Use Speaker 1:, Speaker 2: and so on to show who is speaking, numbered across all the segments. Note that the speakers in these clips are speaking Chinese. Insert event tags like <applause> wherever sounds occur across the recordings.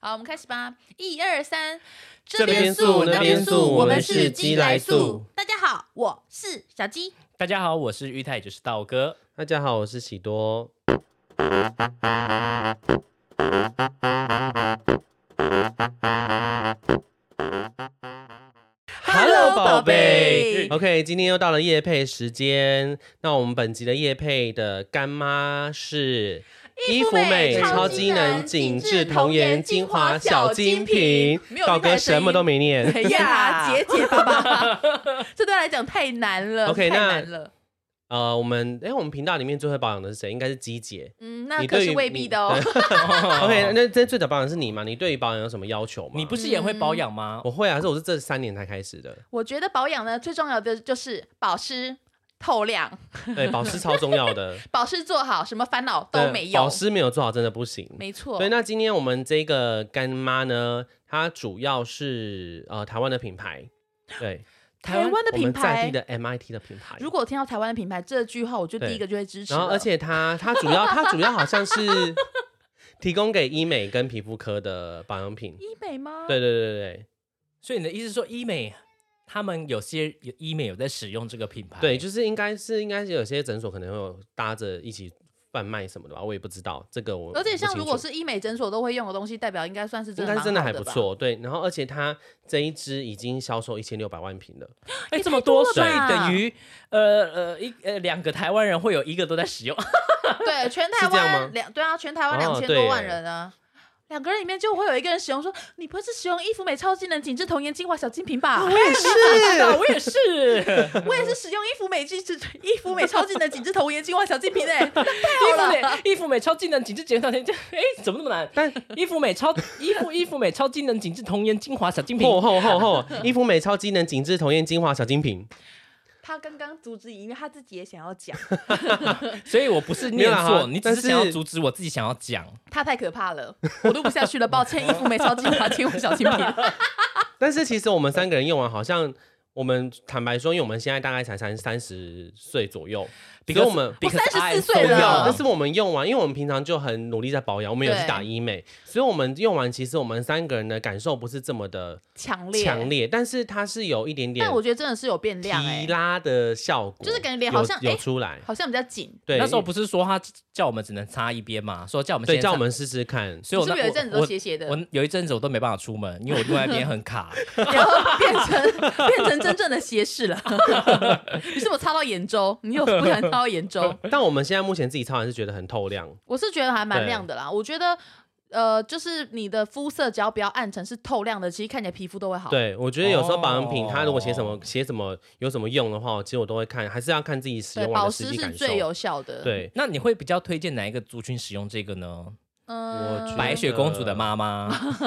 Speaker 1: 好，我们开始吧，一二三，
Speaker 2: 这边素那边素我们是鸡来素。
Speaker 1: 大家好，我是小鸡。
Speaker 3: 大家好，我是玉泰，也就是道哥。
Speaker 2: 大家好，我是喜多。Hello，宝贝。OK，今天又到了夜配时间。那我们本集的夜配的干妈是
Speaker 1: 伊芙美
Speaker 2: 超
Speaker 1: 超
Speaker 2: 机
Speaker 1: 机
Speaker 2: 能
Speaker 1: 能
Speaker 2: 紧
Speaker 1: 紧
Speaker 2: 致
Speaker 1: 致
Speaker 2: 童
Speaker 1: 童
Speaker 2: 颜
Speaker 1: 颜
Speaker 2: 精
Speaker 1: 精
Speaker 2: 华
Speaker 1: 华
Speaker 2: 小
Speaker 1: 小
Speaker 2: 精
Speaker 1: 精
Speaker 2: 品
Speaker 1: 品。
Speaker 2: 道哥什么都没念。
Speaker 1: 哎 <laughs> 呀，姐姐爸爸， <laughs> 这对他来讲太难了
Speaker 2: OK，
Speaker 1: 太
Speaker 2: 那
Speaker 1: 难了。
Speaker 2: 呃，我们哎、我们频道里面最会保养的是谁？应该是鸡姐。
Speaker 1: 嗯，那
Speaker 2: 你
Speaker 1: 可
Speaker 2: 对
Speaker 1: 是
Speaker 2: 于
Speaker 1: 未
Speaker 2: 你
Speaker 1: 必的哦。
Speaker 2: OK，那这最早保养的是你嘛？你对于保养有什么要求吗？
Speaker 3: 你不是也会保养吗？
Speaker 2: 我会啊，是我是这三年才开始的。
Speaker 1: <laughs> 我觉得保养呢，最重要的就是保湿、透亮，
Speaker 2: 对，保湿超重要的，
Speaker 1: 保湿做好，什么烦恼都
Speaker 2: 对
Speaker 1: 没有。
Speaker 2: 保湿没有做好真的不行。
Speaker 1: 没错。
Speaker 2: 对，那今天我们这个干妈呢，它主要是呃台湾的品牌，对，
Speaker 1: 台湾的
Speaker 2: 我
Speaker 1: 品
Speaker 2: 们在地
Speaker 1: 牌，
Speaker 2: 的 MIT 的品牌。
Speaker 1: 如果听到台湾的品牌这句话，我就第一个就会支持
Speaker 2: 然
Speaker 1: 了。
Speaker 2: 后而且它它主要它主要好像是提供给医美跟皮肤科的保养品。
Speaker 1: 医美吗？
Speaker 2: 对对对对
Speaker 3: 所以你的意思是说，医美他们有些有医美有在使用这个品牌？
Speaker 1: 哎
Speaker 2: 对，就是应该是应该是有些诊所可能会有搭着一起贩卖什么的吧，我也不知道这个我
Speaker 1: 而且像
Speaker 2: 不清
Speaker 1: 如果
Speaker 2: 楚
Speaker 1: 是医美诊所都会用的东西，代表应该算是
Speaker 2: 应
Speaker 1: 真的
Speaker 2: 该
Speaker 1: 蛮
Speaker 2: 真的
Speaker 1: 好
Speaker 2: 还不
Speaker 1: 吧。
Speaker 2: 错，对。然后而且它这一支已经销售一千六百万瓶
Speaker 1: <laughs>
Speaker 2: 了，
Speaker 3: 哎，
Speaker 1: 也
Speaker 3: 这么
Speaker 1: 太多
Speaker 3: 多，
Speaker 1: 了
Speaker 3: 所以
Speaker 1: 吧
Speaker 3: 等于呃呃一呃两个台湾人会有一个都在使用。
Speaker 1: 对，全台
Speaker 2: <laughs> 是这样吗
Speaker 1: 湾两对啊，全台湾
Speaker 2: 哦
Speaker 1: 两千
Speaker 2: 对
Speaker 1: 多万
Speaker 2: 耶
Speaker 1: 人啊。两个人里面就会有一个人使用说：“你不是使用伊芙美超机能紧致童颜精华小精品
Speaker 2: 哦
Speaker 1: 吧？”我也是，
Speaker 3: <laughs> 啊我也是，
Speaker 1: 我也是使用伊芙美精致伊芙美超机能紧致童颜精华小精品哎、欸，
Speaker 3: 伊
Speaker 1: 太
Speaker 3: 芙
Speaker 1: 好
Speaker 3: 美
Speaker 1: 了。，
Speaker 3: 伊芙美超技能紧致减少甜，哎，怎么那么难？
Speaker 2: 但
Speaker 3: 伊芙美超，伊芙伊芙美超技能紧致童颜精华小精品，
Speaker 2: 吼吼吼吼，伊芙美超机能紧致童颜精华小精品，
Speaker 1: 他刚刚阻止你，因为他自己也想要讲，
Speaker 3: 所以我不是
Speaker 2: 没
Speaker 3: 念
Speaker 2: 有啦
Speaker 3: 错，
Speaker 2: 好
Speaker 3: 你只
Speaker 2: 但
Speaker 3: 是想要
Speaker 2: 是
Speaker 3: 阻止我自己想要讲。
Speaker 1: 他太可怕了，我录不下去了，抱歉，伊芙美超精华精华小精
Speaker 2: <laughs>
Speaker 1: 品。
Speaker 2: 但是其实我们三个人用完，好像我们坦白说，因为我们现在大概才三三十岁左右，所以我们
Speaker 3: Because
Speaker 1: 34
Speaker 3: I
Speaker 1: 岁
Speaker 2: 都
Speaker 1: 对
Speaker 2: 有，
Speaker 1: 了
Speaker 2: 但是我们用完，因为我们平常就很努力在保养，我们有去
Speaker 1: 啊对
Speaker 2: 打医美，所以我们用完，其实我们三个人的感受不是这么的
Speaker 1: 强烈，
Speaker 2: 强烈，但是它是有一点点
Speaker 1: 但我觉得真的是有变亮哎、
Speaker 2: 提拉的效果，
Speaker 1: 就是感觉脸
Speaker 2: 有
Speaker 1: 好像
Speaker 2: 有
Speaker 1: 哎
Speaker 2: 出来。
Speaker 1: 好像比较紧。
Speaker 2: 对，
Speaker 3: 那时候不是说他叫我们只能擦一边嘛，说叫我们
Speaker 2: 对
Speaker 3: 先
Speaker 2: 叫
Speaker 3: 擦
Speaker 2: 我，们试试看，
Speaker 3: 所以我
Speaker 1: 是
Speaker 3: 那
Speaker 1: 不是有一阵子
Speaker 3: 我
Speaker 1: 都斜斜的，
Speaker 3: 我我有一阵子我都没办法出门，因为我另外一边很卡。
Speaker 1: 然后变成变成真正的斜视了？ <laughs> 你是不是擦到眼周？你有不想擦到眼
Speaker 2: <laughs>
Speaker 1: 周？
Speaker 2: 但我们现在目前自己擦完是觉得很透亮，
Speaker 1: 我是觉得还蛮亮的啦。我觉得呃，就是你的肤色只要不要暗沉，是透亮的，其实看起来皮肤都会好。
Speaker 2: 对，我觉得有时候保养品
Speaker 3: 哦
Speaker 2: 它如果写什么写什么有什么用的话，其实我都会看，还是要看自己使
Speaker 1: 对，
Speaker 2: 用完
Speaker 1: 保
Speaker 2: 的实
Speaker 1: 湿
Speaker 2: 际
Speaker 1: 是
Speaker 2: 感
Speaker 1: 最
Speaker 2: 受。
Speaker 1: 有效的。，
Speaker 2: <laughs> 对，
Speaker 3: 那你会比较推荐哪一个族群使用这个呢？
Speaker 2: 我觉
Speaker 1: 嗯
Speaker 2: 得
Speaker 3: 白雪公主的妈
Speaker 2: <laughs>
Speaker 3: 妈， <laughs>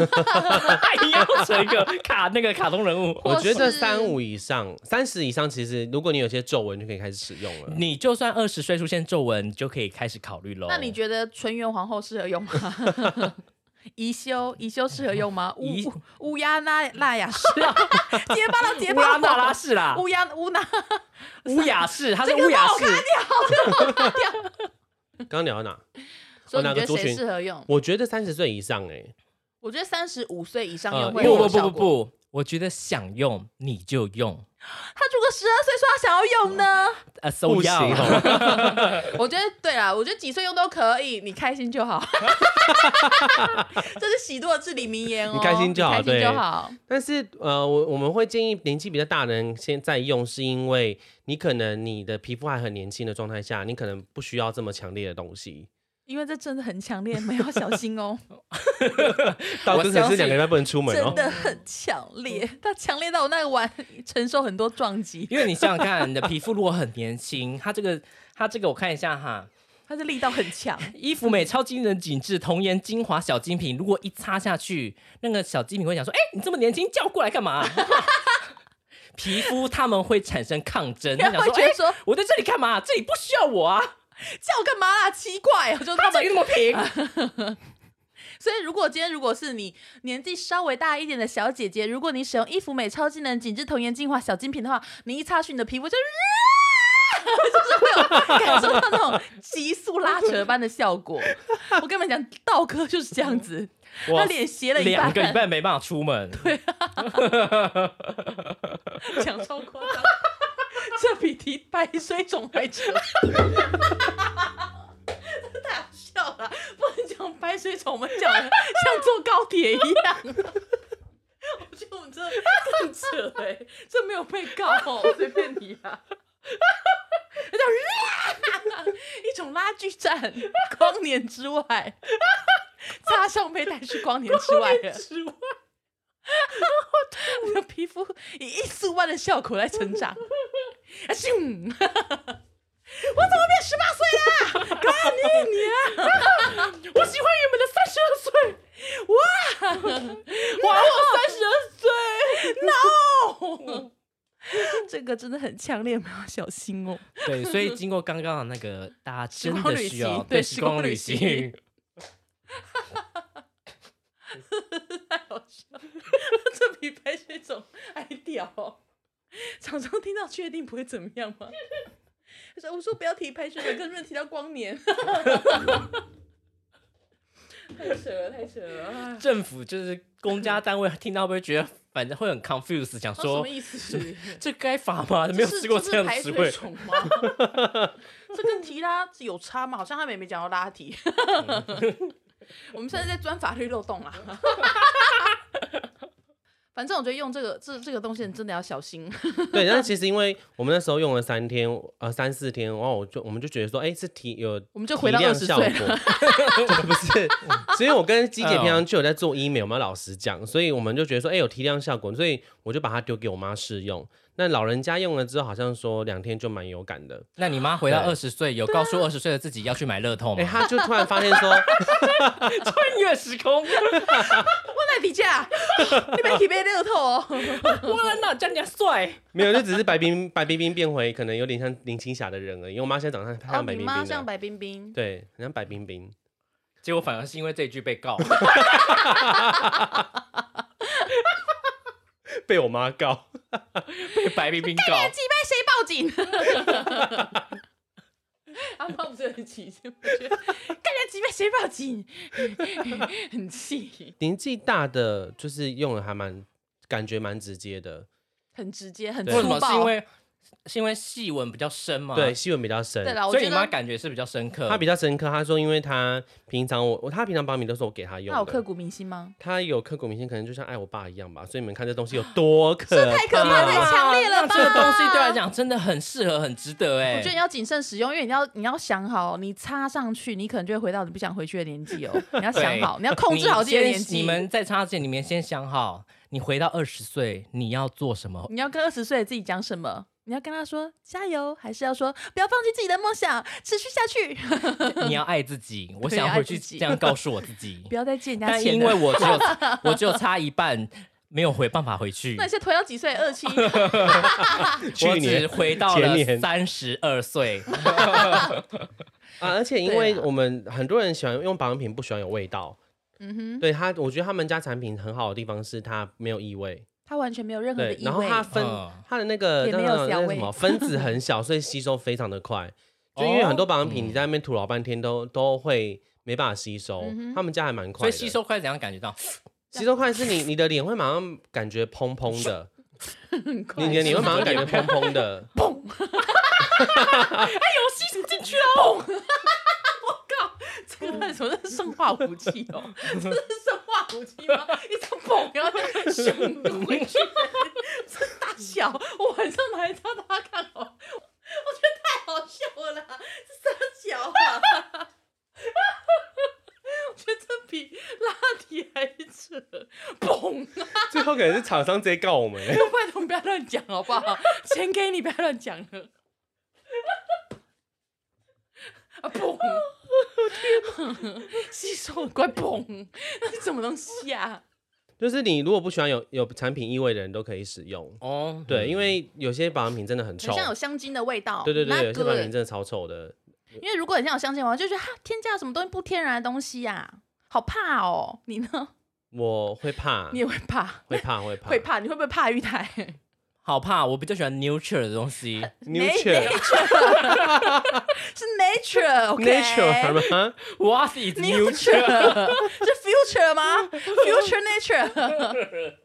Speaker 3: 一样成一个卡那个卡通人物。
Speaker 1: 或
Speaker 2: 我觉得
Speaker 1: 是
Speaker 2: 三五以上、三十以上，其实如果你有些皱纹，就可以开始使用了。
Speaker 3: 你就算二十岁出现皱纹，你就可以开始考虑喽。
Speaker 1: 那
Speaker 3: <laughs>
Speaker 1: 你觉得纯元皇后适合用吗？ <laughs> 宜修，宜修适合用吗？乌
Speaker 3: 宜
Speaker 1: 乌鸦那那雅是， <laughs> 结巴了，结
Speaker 3: 乌拉
Speaker 1: 巴
Speaker 3: 那拉
Speaker 1: 了，
Speaker 3: 氏啦，
Speaker 1: <laughs> 乌鸦乌那
Speaker 3: 乌雅氏，她是乌雅
Speaker 1: <laughs>
Speaker 3: 氏。
Speaker 2: 刚刚聊到哪？
Speaker 1: 所以
Speaker 2: 哪
Speaker 1: 你
Speaker 2: 个
Speaker 1: 觉
Speaker 2: 族
Speaker 1: 得谁
Speaker 2: 群
Speaker 1: 适合用？
Speaker 2: 我觉得三十岁以上、欸，
Speaker 1: 我觉得三十五岁以上
Speaker 2: 呃
Speaker 1: 用会
Speaker 2: 因为
Speaker 1: 有
Speaker 3: 嗯不不
Speaker 1: 效
Speaker 3: 不不
Speaker 1: 果
Speaker 3: 不，我觉得想用你就用，
Speaker 1: 他如果十二岁说他想要用呢？ <laughs>
Speaker 3: 呃，
Speaker 2: 哎，
Speaker 3: 搜药。
Speaker 2: 哦，
Speaker 1: 我觉得对啦，我觉得几岁用都可以，你开心就好。 <laughs> 这是喜多的至理名言哦，
Speaker 2: 你开心就好
Speaker 1: 你开心
Speaker 2: 对
Speaker 1: 就好。
Speaker 2: 但是呃，我我们会建议年纪比较大的人先在用，是因为你可能你的皮肤还很年轻的状态下，你可能不需要这么强烈的
Speaker 1: <laughs>
Speaker 2: 东西。
Speaker 1: 因为这真的很强烈，你们要小心哦，
Speaker 2: <laughs> 到
Speaker 3: 我相
Speaker 2: 这可是两
Speaker 3: 信
Speaker 2: 个礼拜不能出门
Speaker 1: 真
Speaker 2: 哦。
Speaker 1: 的很强烈，它强烈到我那个晚承受很多撞击，
Speaker 3: 因为你想想看，你的皮肤如果很年轻，它这个它这个我看一下哈，
Speaker 1: 它的力道很 <laughs> 强。
Speaker 3: 伊芙美超惊人紧致童颜精华小精品，如果一擦下去，那个小精品会想说：“哎、你这么年轻，叫过来干嘛？” <laughs> 皮肤他们会产生抗
Speaker 1: <laughs>
Speaker 3: 争，他
Speaker 1: 然
Speaker 3: 想
Speaker 1: 后会
Speaker 3: 说：“
Speaker 1: 觉
Speaker 3: 哎、
Speaker 1: 得说
Speaker 3: 我在这里干嘛？这里不需要我啊！
Speaker 1: 叫我干嘛啦？奇怪哦，就是他
Speaker 3: 他嘴
Speaker 1: 们
Speaker 3: 那么平，
Speaker 1: <laughs> 所以，如果今天如果是你年纪稍微大一点的小姐姐，如果你使用伊芙美超技能紧致童颜精华小精品的话，你一擦去，你的皮肤就呃就是会有感受到那种 <laughs> 急速拉扯般的效果。我跟你们讲，道哥就是这样子，
Speaker 3: 哇
Speaker 1: 他脸斜了一
Speaker 3: 两
Speaker 1: 半，
Speaker 3: 个礼拜没办法出门，
Speaker 1: 讲超夸张， <laughs> 这比提白水肿还扯。真的太好笑了，不能讲白水肿，我们讲的像坐高铁一样。我觉得我们这更扯哎、 <laughs> 这没有被告哦，随便你 <laughs> 啊。那叫 <laughs> 一种拉锯战， <laughs> 光年之外， <laughs> 擦上被带去光年之外
Speaker 3: <laughs>
Speaker 1: 了。
Speaker 3: 之外，
Speaker 1: 你的皮肤 <laughs> 以一速般的效果来成长。 <laughs> 啊咻！ <laughs> 我怎么变十八岁啦？干你娘！ <laughs> 我喜欢你们的三十二岁。哇！ <laughs> 哇！我三十二岁，no！这个真的很强烈，我们要小心哦。
Speaker 3: 对，所以经过刚刚的那个，大家真的需要
Speaker 1: 对时
Speaker 3: 时
Speaker 1: 光
Speaker 3: 光
Speaker 1: 旅
Speaker 3: 旅
Speaker 1: 行
Speaker 3: 行， <laughs>
Speaker 1: 太好笑了， <laughs> 这比白水肿还屌、哦。厂商听到确定不会怎么样吗？他说：“我说不要提白水肿，更不能提到光年。” <laughs> 太扯了，太扯了！啊
Speaker 3: 政府就是公家单位听到会不会觉得反正会很 confused，想
Speaker 1: 他什
Speaker 3: 说
Speaker 1: 么意
Speaker 3: <laughs>
Speaker 1: 思？
Speaker 3: 这该罚吗？没有
Speaker 1: 是
Speaker 3: 吃过
Speaker 1: 是
Speaker 3: 这样的
Speaker 1: 排
Speaker 3: 词
Speaker 1: 水
Speaker 3: <laughs> 汇，
Speaker 1: 虫吗？ <laughs> 这跟提拉有差吗？好像他们也没讲到拉提。 <laughs> 我们现在在钻法律漏洞啊！ <laughs> 反正我觉得用这个这这个东西，你真的要小心。
Speaker 2: <laughs> 对，但其实因为我们那时候用了三天，呃，三四天，然后我就我们就觉得说，哎、是提有
Speaker 1: 我们就回到
Speaker 2: 提亮
Speaker 1: 20岁
Speaker 2: 效果，
Speaker 1: <laughs>
Speaker 2: 就不是。所以我跟机姐平常就有在做医美，我们要老实讲，所以我们就觉得说，哎、有提亮效果，所以我就把它丢给我妈试用。那老人家用了之后，好像说两天就蛮有感的，
Speaker 3: 那你妈回到
Speaker 2: 对
Speaker 3: 二十岁，有告诉二十岁的自己要去买乐透
Speaker 2: 哎、
Speaker 3: 吗？
Speaker 2: 她就突然发现说，
Speaker 3: 穿越时空，
Speaker 1: 我来比价，
Speaker 3: <laughs>
Speaker 1: 你别提别乐透哦。
Speaker 3: 哇，那真的帅！
Speaker 2: 没有，就只是白冰白冰冰变回可能有点像林青霞的人而已。因为我妈现在长得太像白
Speaker 1: 哦你
Speaker 3: 啊
Speaker 2: 冰
Speaker 1: 妈
Speaker 2: 冰
Speaker 1: 像
Speaker 2: 的，
Speaker 1: 白冰冰，
Speaker 2: 对，很像白冰冰。
Speaker 3: <laughs> 结果反而是因为这一句被告，
Speaker 2: <laughs> 被我妈告，
Speaker 3: 被白冰冰告。
Speaker 1: 击败谁报
Speaker 3: <laughs>
Speaker 1: 警？阿妈不是很气，我觉得干掉击败谁报警， <laughs> 很气，
Speaker 2: 年纪大的就是用了还蛮感觉蛮直接的，
Speaker 1: 很直接，很
Speaker 2: 对
Speaker 3: 为什
Speaker 1: 粗
Speaker 3: 么？是因
Speaker 1: 暴。
Speaker 3: 为是因为细纹比较深嘛？
Speaker 2: 对，，细纹比较深
Speaker 1: 对。啦，我
Speaker 3: 所以
Speaker 1: 觉
Speaker 3: 你妈
Speaker 1: 得
Speaker 3: 感觉是比较深刻。
Speaker 2: 她比较深刻，她说，因为她平常我我她平常保养品都是我给她用
Speaker 1: 那有刻
Speaker 2: 的，
Speaker 1: 骨铭心吗？
Speaker 2: 她有刻骨铭心，可能就像爱我爸一样吧。所以你们看这东西有
Speaker 1: <laughs>
Speaker 2: 多可
Speaker 1: 太可怕，
Speaker 2: 怕
Speaker 1: 太强烈了
Speaker 3: 啊那
Speaker 1: 吧？
Speaker 3: 这个东西对来，啊讲真的很适合，很值得哎。
Speaker 1: 我觉得你要谨慎使用，因为你要你要想好，你擦上去，你可能就会回到你不想回去的年纪哦。你要想好，你要控制好自己的
Speaker 3: 你
Speaker 1: 年
Speaker 3: 先
Speaker 1: 纪。
Speaker 3: 你们在插件里面先想好，你回到二十岁你要做什么？ <laughs>
Speaker 1: 你要跟二十岁的自己讲什么？你要跟他说加油，还是要说不要放弃自己的梦想，持续下去， <laughs>
Speaker 3: 你要爱自己。我
Speaker 1: 对
Speaker 3: 想
Speaker 1: 爱
Speaker 3: 回
Speaker 1: 自
Speaker 3: 去
Speaker 1: 己
Speaker 3: 这样告诉我自己
Speaker 1: 不。要再借人家 <laughs>
Speaker 3: 但
Speaker 1: 钱
Speaker 3: 因为
Speaker 1: 了。
Speaker 3: 我只有我只有差一半，没有回办法回去
Speaker 1: <laughs> 那。你现在回到几岁？二七，
Speaker 2: 去
Speaker 3: 我只
Speaker 2: 年
Speaker 3: 回到
Speaker 2: 前
Speaker 3: 了
Speaker 2: 年
Speaker 3: 三十二
Speaker 1: <laughs>
Speaker 3: 岁，
Speaker 2: 啊！而且因
Speaker 1: 对
Speaker 2: 为
Speaker 1: 啦
Speaker 2: 我们很多人喜欢用保养品，不喜欢有味道。
Speaker 1: 嗯哼，
Speaker 2: 对她，我觉得他们家产品很好的地方是它没有异味。
Speaker 1: 他完全没有任何的
Speaker 2: 对，
Speaker 1: 意
Speaker 2: 然后
Speaker 1: 味。
Speaker 2: 它分
Speaker 3: 嗯
Speaker 2: 它的那个
Speaker 1: 也
Speaker 2: 那
Speaker 1: 没有
Speaker 2: 个那
Speaker 1: 小
Speaker 2: 个
Speaker 1: 味
Speaker 2: 什么分子很小，所以吸收非常的快。就因为
Speaker 3: 哦
Speaker 2: 很多保养品你在那边吐老半天都都会没办法吸收
Speaker 1: 嗯哼，
Speaker 2: 他们家还蛮
Speaker 3: 所
Speaker 2: 快
Speaker 3: 以
Speaker 2: 的。
Speaker 3: 吸收快怎样感觉到？
Speaker 2: 吸收快是你你的脸会马上感觉砰砰的，
Speaker 1: <laughs> 很快
Speaker 2: 你的脸会马上感觉砰砰的。
Speaker 1: 吸进去啊哦了！ <laughs> 我靠，这个到底什么是生化武器 <laughs> 哦？这是生化武器吗？一张砰，然后就咻回去，这大小，我晚上拿来照大家看哦好，我觉得太好笑了啦，这三小啊！ <laughs> 我觉得这比拉提还扯，砰！
Speaker 2: <laughs> 最后可能是厂商直接告我们。欸
Speaker 1: 拜托不要乱讲好不好？ <laughs> 钱给你不要乱讲了。啊砰！ <laughs> 吸收怪砰， <laughs> 那是什么东西啊？
Speaker 2: 就是你如果不喜欢有有产品异味的人都可以使用。
Speaker 1: <laughs>
Speaker 3: 哦，
Speaker 2: 对，因为有些保养品真的很臭
Speaker 1: 很，像有香精的味道。
Speaker 2: 对对对，有
Speaker 1: not
Speaker 2: 些保养品
Speaker 1: good。
Speaker 2: 真的超臭的。
Speaker 1: 因为如果很像有香精的味道，就觉得哈添加了什么东西不天然的东西呀、好怕哦。你呢？
Speaker 2: 我会怕
Speaker 1: 你，也会怕？
Speaker 2: 嗯会怕会怕
Speaker 1: 会怕？你会不会怕玉台？ <laughs>
Speaker 3: 好怕，我比较喜欢 neutral 的东西。
Speaker 2: ，nature
Speaker 1: 是 nature，OK？
Speaker 2: nature 吗？
Speaker 3: What is neutral？
Speaker 1: Future <laughs> 是 future 吗？Future nature。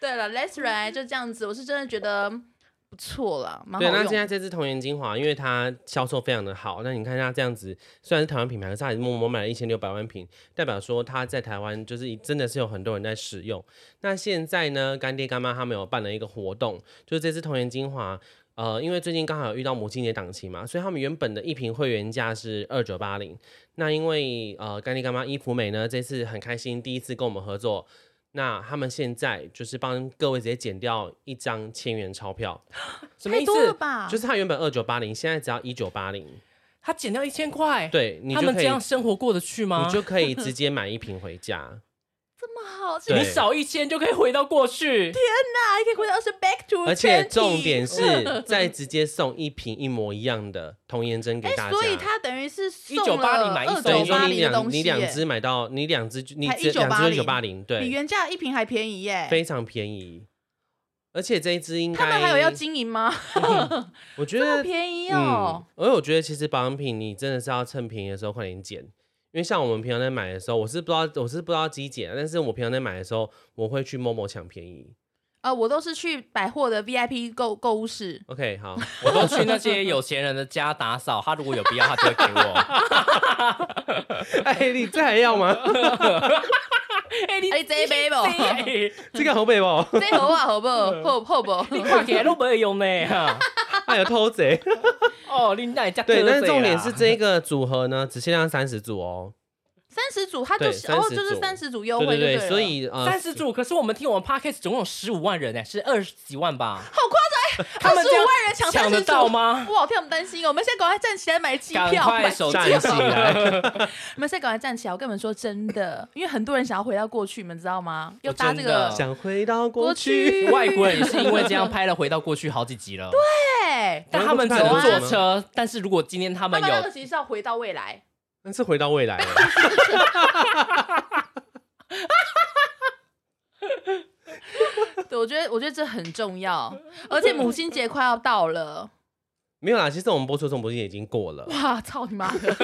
Speaker 1: 对了，Let's ride 就这样子，我是真的觉得不错了，蛮好
Speaker 2: 对，那
Speaker 1: 用
Speaker 2: 现在
Speaker 1: 的。
Speaker 2: 这支童颜精华，因为它销售非常的好，那你看它这样子，虽然是台湾品牌，可是它也默默买了一千六百万瓶，代表说它在台湾就是真的是有很多人在使用。那现在呢，干爹干妈他们有办了一个活动，就是这支童颜精华。呃，因为最近刚好有遇到母亲节档期嘛，所以他们原本的一瓶会员价是二九八零。那因为呃，干爹干妈伊芙美呢，这次很开心，第一次跟我们合作，那他们现在就是帮各位直接减掉一张千元
Speaker 1: <gasps>
Speaker 2: 钞票，
Speaker 3: 什么意
Speaker 1: 太多了
Speaker 3: 思？
Speaker 1: 吧？
Speaker 2: 就是它原本二九八零，现在只要一九八零，
Speaker 3: <laughs> 他减掉一千块，
Speaker 2: 对你
Speaker 3: 他
Speaker 2: 就
Speaker 3: 们
Speaker 2: 可
Speaker 3: 这
Speaker 2: 以，
Speaker 3: 样生活过得去吗
Speaker 2: 你？就可以直接买一瓶回家，
Speaker 1: 这么好，
Speaker 2: 对
Speaker 1: 天
Speaker 3: 你少一千就可以回到过去。
Speaker 1: 哪，还可以回到是 back to
Speaker 2: 而且
Speaker 1: 20
Speaker 2: 重点是再直接送一瓶一模一样的童颜针给
Speaker 1: 哎，
Speaker 2: 大家。
Speaker 1: 所以他等于是送了
Speaker 3: 1980买一送
Speaker 2: 等于
Speaker 1: 九
Speaker 2: 说
Speaker 1: 八
Speaker 2: 你
Speaker 1: 零的东
Speaker 2: 两
Speaker 1: 西
Speaker 2: 你
Speaker 1: 耶，
Speaker 2: 两支买到你两支就你
Speaker 1: 才
Speaker 2: 只两
Speaker 1: 1980
Speaker 2: 支就九八零，
Speaker 1: 比
Speaker 2: 对，
Speaker 1: 原价一瓶还便宜耶。
Speaker 2: 非常便宜。而且这一支应该
Speaker 1: 他们还有要经营
Speaker 2: <laughs>
Speaker 1: 吗？
Speaker 2: 我觉
Speaker 1: 这么
Speaker 2: 得
Speaker 1: 便宜哦，
Speaker 2: 嗯，而我觉得其实保养品你真的是要趁便宜的时候快点减，因为像我们平常在买的时候，我是不知道我是不知道机检，但是我平常在买的时候，我会去某某抢便宜。
Speaker 1: 呃，我都是去百货的 VIP 购购物室，
Speaker 2: OK，好，
Speaker 3: 我都去那些有钱人的家打扫，他如果有必要，他就会给我。
Speaker 2: <laughs> 哎，你这还要吗？
Speaker 3: <laughs> 哎，你
Speaker 1: 哎，这一杯不？
Speaker 3: 哎
Speaker 2: 这个好美哦，
Speaker 1: 这好啊，好不好？
Speaker 2: <laughs>
Speaker 1: 好好不好？
Speaker 3: 你看起来都没有
Speaker 1: <laughs>
Speaker 3: 用呢。哈
Speaker 2: 还有偷贼。啊
Speaker 3: 哦，你那家
Speaker 2: <laughs> 对，但是重点是这个组合呢，只限量三十组哦。
Speaker 1: 三十组，它就是
Speaker 2: 对
Speaker 1: 哦，
Speaker 2: 30
Speaker 1: 就是
Speaker 2: 组
Speaker 1: 三十组优
Speaker 2: 对
Speaker 1: 惠就
Speaker 2: 对
Speaker 1: 了
Speaker 2: 所以呃，
Speaker 3: 三十组，可是我们听我们 podcast 总共有十五万人呢，是二十几万吧？
Speaker 1: 好夸张，哎
Speaker 3: 他们
Speaker 1: 十
Speaker 3: 这样
Speaker 1: 五万人抢
Speaker 3: 抢
Speaker 1: 三
Speaker 3: 得
Speaker 1: 十
Speaker 3: 到
Speaker 1: 组？
Speaker 3: 吗？
Speaker 1: 哇，天，我们担心哦，我们现在赶快站起来买机
Speaker 3: 赶
Speaker 1: 票，
Speaker 3: 快
Speaker 1: 买
Speaker 3: 手
Speaker 2: 站
Speaker 3: 站
Speaker 2: 起
Speaker 3: 起
Speaker 2: 来
Speaker 3: 来！ <laughs>
Speaker 1: 你们现在赶快站起 <laughs> 来，我跟你们说真的，因为很多人想要回到过去，你们知道吗？又
Speaker 3: 我
Speaker 1: 搭
Speaker 3: 真
Speaker 1: 这
Speaker 3: 的
Speaker 1: 个，
Speaker 2: 想回到过
Speaker 1: 过
Speaker 2: 去，
Speaker 1: 去
Speaker 3: 外国人也是因为这样拍了《回到过去》好几集了。
Speaker 1: <laughs>
Speaker 3: 对，
Speaker 1: 对，啊
Speaker 3: 但他们只能坐车。但是如果今天他
Speaker 1: 他
Speaker 3: 们
Speaker 1: 们那个
Speaker 3: 有，
Speaker 1: 其实是要回到未来，
Speaker 2: 那是回到未来了。 <laughs>
Speaker 1: 对我觉得，我觉得这很重要，而且母亲节快要到了，
Speaker 2: 没有啦，其实我们播出的时候母亲节已经过了，
Speaker 1: 哇，操你妈的！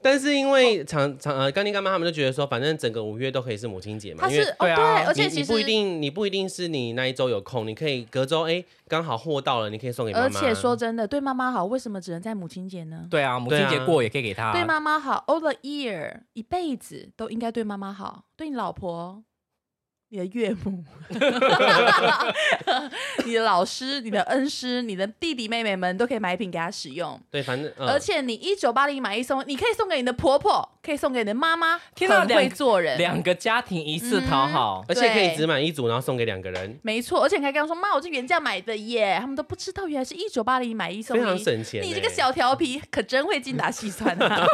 Speaker 2: 但是因
Speaker 1: 哦
Speaker 2: 为厂厂呃干爹干妈他们就觉得说，反正整个五月都可以是母亲节嘛，
Speaker 1: 他
Speaker 2: 因为
Speaker 1: 是哦
Speaker 3: 对啊
Speaker 1: 对，而
Speaker 2: 你
Speaker 1: 且其
Speaker 2: 你
Speaker 1: 实
Speaker 2: 不一定，你不一定是你那一周有空，你可以隔周哎刚好货到了，你可以送给妈妈。
Speaker 1: 而且说真的，对妈妈好，为什么只能在母亲节呢？
Speaker 3: 对啊，母亲节过也可以给他。啊
Speaker 1: 对？妈妈好，all the year，一辈子都应该对妈妈好，对你老婆、你的岳母、 <laughs> 你的老师、你的恩师、你的弟弟妹妹们都可以买品给她使用。
Speaker 2: 对，反正、
Speaker 3: 嗯
Speaker 2: 呃、
Speaker 1: 而且你一九八零买一送，你可以送给你的婆婆，可以送给你的妈妈，
Speaker 3: 天哪
Speaker 1: 很会做人，
Speaker 3: 两个家庭一次讨好，
Speaker 2: 而且可以
Speaker 1: 对
Speaker 2: 只买一组，然后送给两个人，
Speaker 1: 没错。而且你还跟她说：“妈，我是原价买的耶。”他们都不知道，原来是一九八零买一送
Speaker 2: 非常
Speaker 1: 一。
Speaker 2: 省钱、欸。
Speaker 1: 你这个小调皮，可真会精打细算
Speaker 2: <laughs>
Speaker 1: 啊！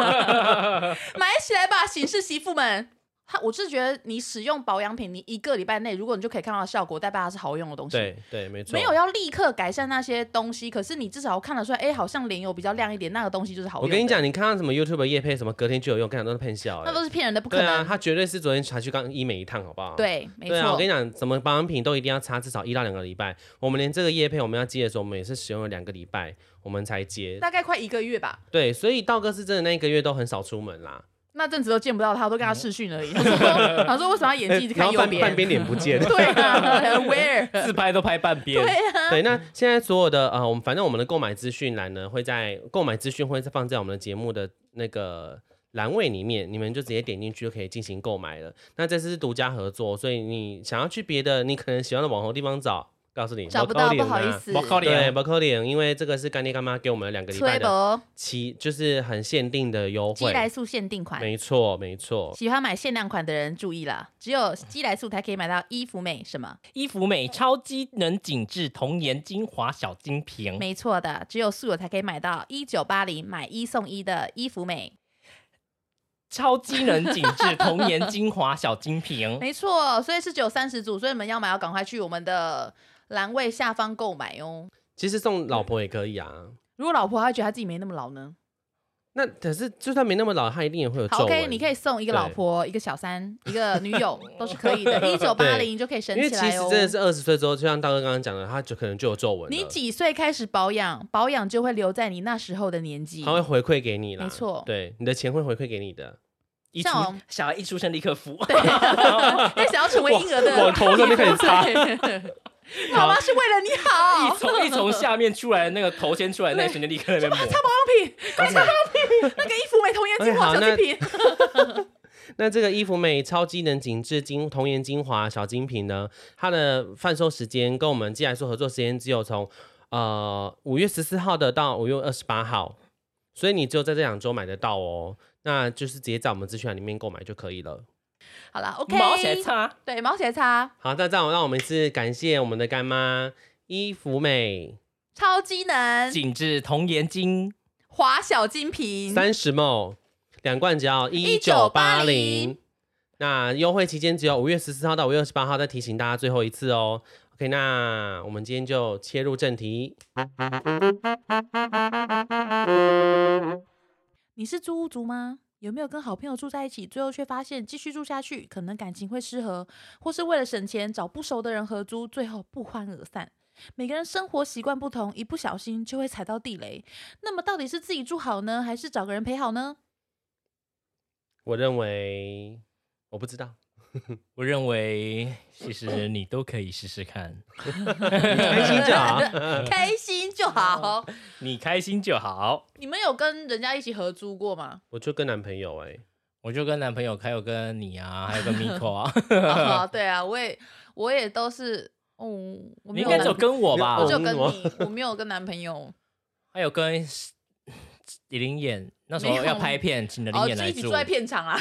Speaker 1: 买起来吧，醒世媳妇们。他，我是觉得你使用保养品，你一个礼拜内，如果你就可以看到效果，代表它是好用的东西。
Speaker 2: 对对，没错。
Speaker 1: 没有要立刻改善那些东西，可是你至少看得出来，哎，好像脸有比较亮一点，那个东西就是好用。
Speaker 2: 我跟你，讲，你看到什么 YouTube 叶配什么，隔天就有用，跟你讲都是骗笑、欸。
Speaker 1: 那都是骗人的，不可
Speaker 2: 对啊，
Speaker 1: 能。
Speaker 2: 他绝对是昨天才去刚医美一趟，好不好？。
Speaker 1: 对，没
Speaker 2: 对啊，我
Speaker 1: 错
Speaker 2: 跟。你讲，什么保养品都一定要擦至少一到两个礼拜。我们连这个叶配我们要接的时候，我们也是使用了两个礼拜，我们才接。
Speaker 1: 大概快一个月吧，
Speaker 2: 对，所以道哥是真的那一个月都很少出门啦，
Speaker 1: 那阵子都见不到他，我都跟他视讯而
Speaker 2: <laughs>
Speaker 1: 已。他说他说为什么他眼睛一直
Speaker 2: 哎然
Speaker 1: 看
Speaker 2: 后
Speaker 1: 右
Speaker 2: 半半
Speaker 1: 边？
Speaker 2: 边脸不见。
Speaker 1: <laughs> 对啊
Speaker 2: <laughs>
Speaker 1: ，Where？
Speaker 3: 自拍都拍半边。
Speaker 1: 啊
Speaker 2: 对，那现在所有的呃，我们反正我们的购买资讯栏呢，会在购买资讯会放在我们的节目的那个栏位里面，你们就直接点进去就可以进行购买了。那这次是独家合作，所以你想要去别的你可能喜欢的网红地方找，告诉你
Speaker 1: 找不到，
Speaker 2: 没
Speaker 1: 不
Speaker 2: 可能啊
Speaker 1: 好意思。
Speaker 3: 没可能
Speaker 2: 对，不扣脸，因为这个是干爹干妈给我们的两个礼拜
Speaker 1: 崔
Speaker 2: 的
Speaker 1: 博
Speaker 2: 期，就是很限定的优
Speaker 1: 哦鸡
Speaker 2: 惠。
Speaker 1: 来素限定款，
Speaker 2: 没错，没错。
Speaker 1: 喜欢买限量款的人注意了，只有鸡来素才可以买到衣服美什么？
Speaker 3: 伊芙美超机能紧致童颜精华小金瓶，
Speaker 2: 嗯
Speaker 1: 没错的，只有素友才可以买到一九八零买一送一的衣服美。
Speaker 3: 超机能紧致童颜精华小金
Speaker 2: 嗯
Speaker 3: 瓶。
Speaker 1: <laughs> 没错，所以是只有三十组，所以你们要买要赶快去我们的栏位下方购买哦。
Speaker 2: 其实送老婆也可以啊，
Speaker 1: 如果老婆她觉得她自己没那么老呢？
Speaker 2: 那可是就算没那么老，他一定也会有皱
Speaker 1: 好
Speaker 2: 纹。
Speaker 1: ，OK，你可以送一个老婆、一个小三、一个女友都是可以的，
Speaker 2: <laughs>
Speaker 1: 一九八零就可以省
Speaker 2: 因为
Speaker 1: 起
Speaker 2: 其
Speaker 1: 来
Speaker 2: 实
Speaker 1: 哦
Speaker 2: 真。的是二十岁之后，就像大哥刚刚讲的，他就可能就有皱纹了。
Speaker 1: 你几岁开始保养，保养就会留在你那时候的年纪
Speaker 2: 他。会回馈给你啦，
Speaker 1: 没错
Speaker 2: 对，你的钱会回馈给你的。
Speaker 1: <laughs>
Speaker 3: 一出
Speaker 1: 像我
Speaker 3: 小孩一出生立刻敷，
Speaker 1: 对，因为想要成为婴儿的
Speaker 2: 往往头上面开始擦
Speaker 1: <laughs> 对妈妈是为了你好
Speaker 3: <laughs> 一。从一从下面出来那个头先出来那一瞬间立刻在那边抹，
Speaker 1: 保养品，快擦保养品，那个衣服美童颜精华
Speaker 2: OK，好哎
Speaker 1: 小精
Speaker 2: 那
Speaker 1: 品，
Speaker 2: 那这个伊芙美超机能紧致精童颜精华小精品呢，它的贩售时间跟我们既来说合作时间只有从呃五月十四号的到五月二十八号，所以你只有在这两周买得到哦。那就是直接在我们资讯栏里面购买就可以了。
Speaker 1: 好了，OK，
Speaker 3: <laughs> 毛起来，擦。
Speaker 1: 对，毛起来擦，
Speaker 2: 好，那这样让我们一次感谢我们的干妈伊芙美
Speaker 1: 超机能，
Speaker 3: 紧致童颜精，
Speaker 1: 华小精品，
Speaker 2: 三十梦两罐只要一九八零
Speaker 1: 1980。
Speaker 2: 那优惠期间只有五月十四号到五月二十八号，再提醒大家最后一次哦。OK，那我们今天就切入正题。
Speaker 1: 你是租屋族吗？有没有跟好朋友住在一起，最后却发现继续住下去可能感情会失和，或是为了省钱找不熟的人合租，最后不欢而散？每个人生活习惯不同，一不小心就会踩到地雷。那么到底是自己住好呢，还是找个人陪好呢？
Speaker 2: 我认为我不知道，
Speaker 3: 我认为其实你都可以试
Speaker 1: <laughs>
Speaker 3: 试看，
Speaker 2: 开心就好。
Speaker 1: 开心就好。
Speaker 3: 你开心就好。
Speaker 1: <laughs> 你们有跟人家一起合租过吗？
Speaker 2: 我就跟男朋友哎、
Speaker 3: 我就跟男朋友，还有跟你啊，还
Speaker 1: <laughs>
Speaker 3: 有跟 Miko 啊，
Speaker 1: 啊对啊，我也我也都是，哦，我
Speaker 3: 你
Speaker 1: 没
Speaker 3: 应
Speaker 1: 有
Speaker 3: 该
Speaker 1: 男
Speaker 3: 只有
Speaker 1: 朋友，
Speaker 3: 跟我吧
Speaker 1: 我
Speaker 2: 我，
Speaker 1: 就跟
Speaker 2: 我
Speaker 1: 你，我没有跟男朋友。
Speaker 3: 还有跟李林演那时候
Speaker 1: 没有
Speaker 3: 要拍片，请了林
Speaker 1: 哦，
Speaker 3: 演
Speaker 1: 就
Speaker 3: 来
Speaker 1: 一起
Speaker 3: 住
Speaker 1: 住。在片场啦。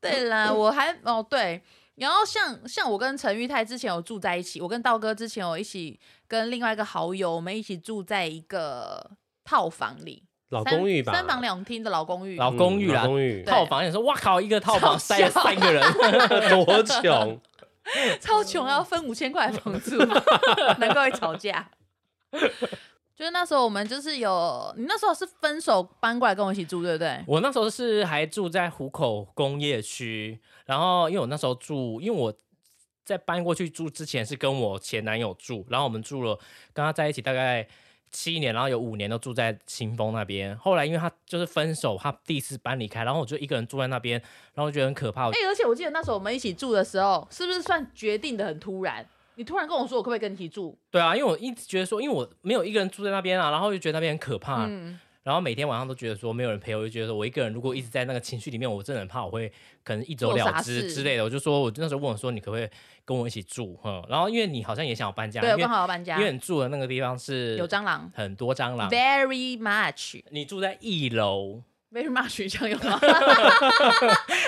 Speaker 1: 对啦，我还哦对，然后像像我跟陈玉泰之前有住在一起，我跟道哥之前有一起跟另外一个好友，我们一起住在一个套房里，
Speaker 2: 老
Speaker 1: 三
Speaker 2: 公寓吧，
Speaker 1: 三房两厅的老公寓。
Speaker 3: 老公寓
Speaker 2: 嗯
Speaker 3: 啦
Speaker 2: 老，公寓
Speaker 1: <laughs> 对
Speaker 3: 套房也说，哇靠，一个套房塞
Speaker 1: <laughs>
Speaker 3: 了
Speaker 1: 超小
Speaker 3: 三个人，
Speaker 2: <laughs>
Speaker 3: <laughs>
Speaker 2: 多穷。
Speaker 1: 超穷，要分五千块房
Speaker 3: <laughs>
Speaker 1: 租，难怪会吵架。就是那时候我们就是有，你那时候是分手搬过来跟我一起住，对不对？
Speaker 3: 我那时候是还住在虎口工业区，然后因为我那时候住，因为我在搬过去住之前是跟我前男友住，然后我们住了跟他在一起大概七年，然后有五年都住在清风那边。后来因为他就是分手，他第一次搬离开，然后我就一个人住在那边，然后我觉得很可怕。我
Speaker 1: 哎、而且我记得那时候我们一起住的时候，是不是算决定的很突然？你突然跟我说我可不可以跟你一起住？
Speaker 3: 对啊，因为我一直觉得说，因为我没有一个人住在那边啊，然后就觉得那边很可怕，
Speaker 1: 嗯，
Speaker 3: 然后每天晚上都觉得说没有人陪我，就觉得说我一个人如果一直在那个情绪里面，我真的很怕我会可能一走
Speaker 1: 做
Speaker 3: 了
Speaker 1: 傻
Speaker 3: 之
Speaker 1: 事
Speaker 3: 之类的。我就说，我那时候问我说，你可不可以跟我一起住？嗯，然后因为你好像也想要搬家，
Speaker 1: 对，我
Speaker 3: 因为
Speaker 1: 刚好要搬家
Speaker 3: 因，为你住的那个地方是
Speaker 1: 有蟑螂
Speaker 3: 很多蟑螂，
Speaker 1: ，very much，very
Speaker 3: 你住在一楼，
Speaker 1: much 这样用吗？ <laughs>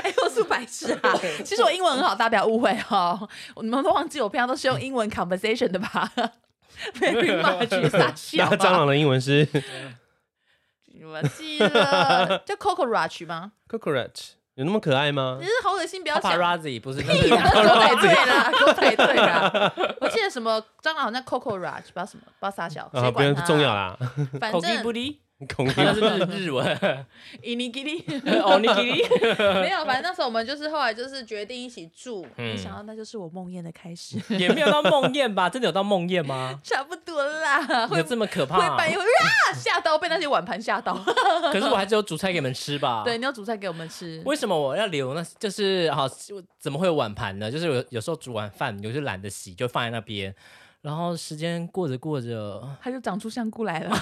Speaker 1: 哎、我是白痴啊！ <laughs> 其实我英文很好，大家不要误会哦。你们都忘记我平常都是用英文 conversation 的吧 <laughs> ？very much 傻笑
Speaker 2: 那 <laughs>
Speaker 1: 吧
Speaker 2: 蟑螂的英
Speaker 1: <laughs>
Speaker 2: 文是
Speaker 1: 你们记了，
Speaker 2: <laughs>
Speaker 1: 叫 Coco Rush 吗？
Speaker 2: cockroach，有那么可爱吗
Speaker 1: 你？是好恶心，不要讲。
Speaker 3: paparazzi 不是
Speaker 1: 屁啦，狗仔队啦，狗仔队啦！我记得什么蟑螂好像 Coco Rush，不知道什么，不知道啥小，
Speaker 2: 啊，
Speaker 1: 谁
Speaker 2: 不
Speaker 1: 管
Speaker 2: 用
Speaker 1: 它？
Speaker 2: 不重要啦， <laughs>
Speaker 1: 反
Speaker 3: k o k i
Speaker 1: 正
Speaker 3: b u d
Speaker 2: 恐惧
Speaker 3: 那是日日
Speaker 1: <laughs>
Speaker 3: 文哦
Speaker 1: i n i g i
Speaker 2: <laughs>
Speaker 1: i
Speaker 3: o n i g i r i
Speaker 1: 没有，反正那时候我们就是后来就是决定一起住，
Speaker 3: 嗯
Speaker 1: 没想到那就是我梦魇的开始，
Speaker 3: 也没有到梦魇吧？真的有到梦魇吗？
Speaker 1: 差不多啦， <laughs> 会
Speaker 3: 有这么可怕、
Speaker 1: 会半夜会啊吓到，被那些碗盘吓到。
Speaker 3: 可是我还是有煮菜给你们吃
Speaker 1: <laughs>
Speaker 3: 吧。
Speaker 1: 对，你要煮菜给我们吃，
Speaker 3: 为什么我要留呢？就是好，我怎么会有碗盘呢？就是有有时候煮完饭，有时候懒得洗，就放在那边。然后时间过着过着，
Speaker 1: 它就长出香菇来
Speaker 3: <laughs>
Speaker 1: 了。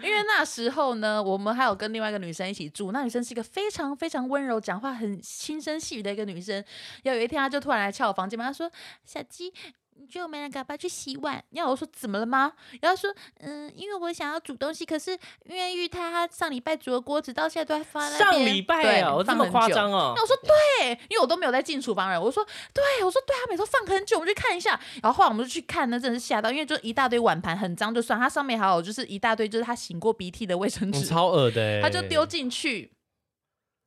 Speaker 1: 因为那时候呢，我们还有跟另外一个女生一起住，那女生是一个非常非常温柔、讲话很轻声细语的一个女生。有一天，她就突然来敲我房间门，她说：“小鸡。”你觉得我们两个要不要去洗碗？然后我说怎么了吗？然后她说嗯，因为我想要煮东西，可是因为玉他上礼拜煮的锅子到现在都还放在那
Speaker 3: 上
Speaker 1: 边
Speaker 3: 礼拜
Speaker 1: 对
Speaker 3: 啊，我这
Speaker 1: 放
Speaker 3: 么
Speaker 1: 很
Speaker 3: 夸
Speaker 1: 久
Speaker 3: 张哦
Speaker 1: 那，我说对，因为我都没有在进厨房了。我说对，我说对啊，每次都放很久，我们去看一下。然后后来我们就去看，那真的是吓到，因为就一大堆碗盘很脏，就算它上面还有就是一大堆就是他擤过鼻涕的卫生
Speaker 2: 嗯
Speaker 1: 纸，
Speaker 2: 超恶的欸。
Speaker 1: <laughs> 他就丢进去。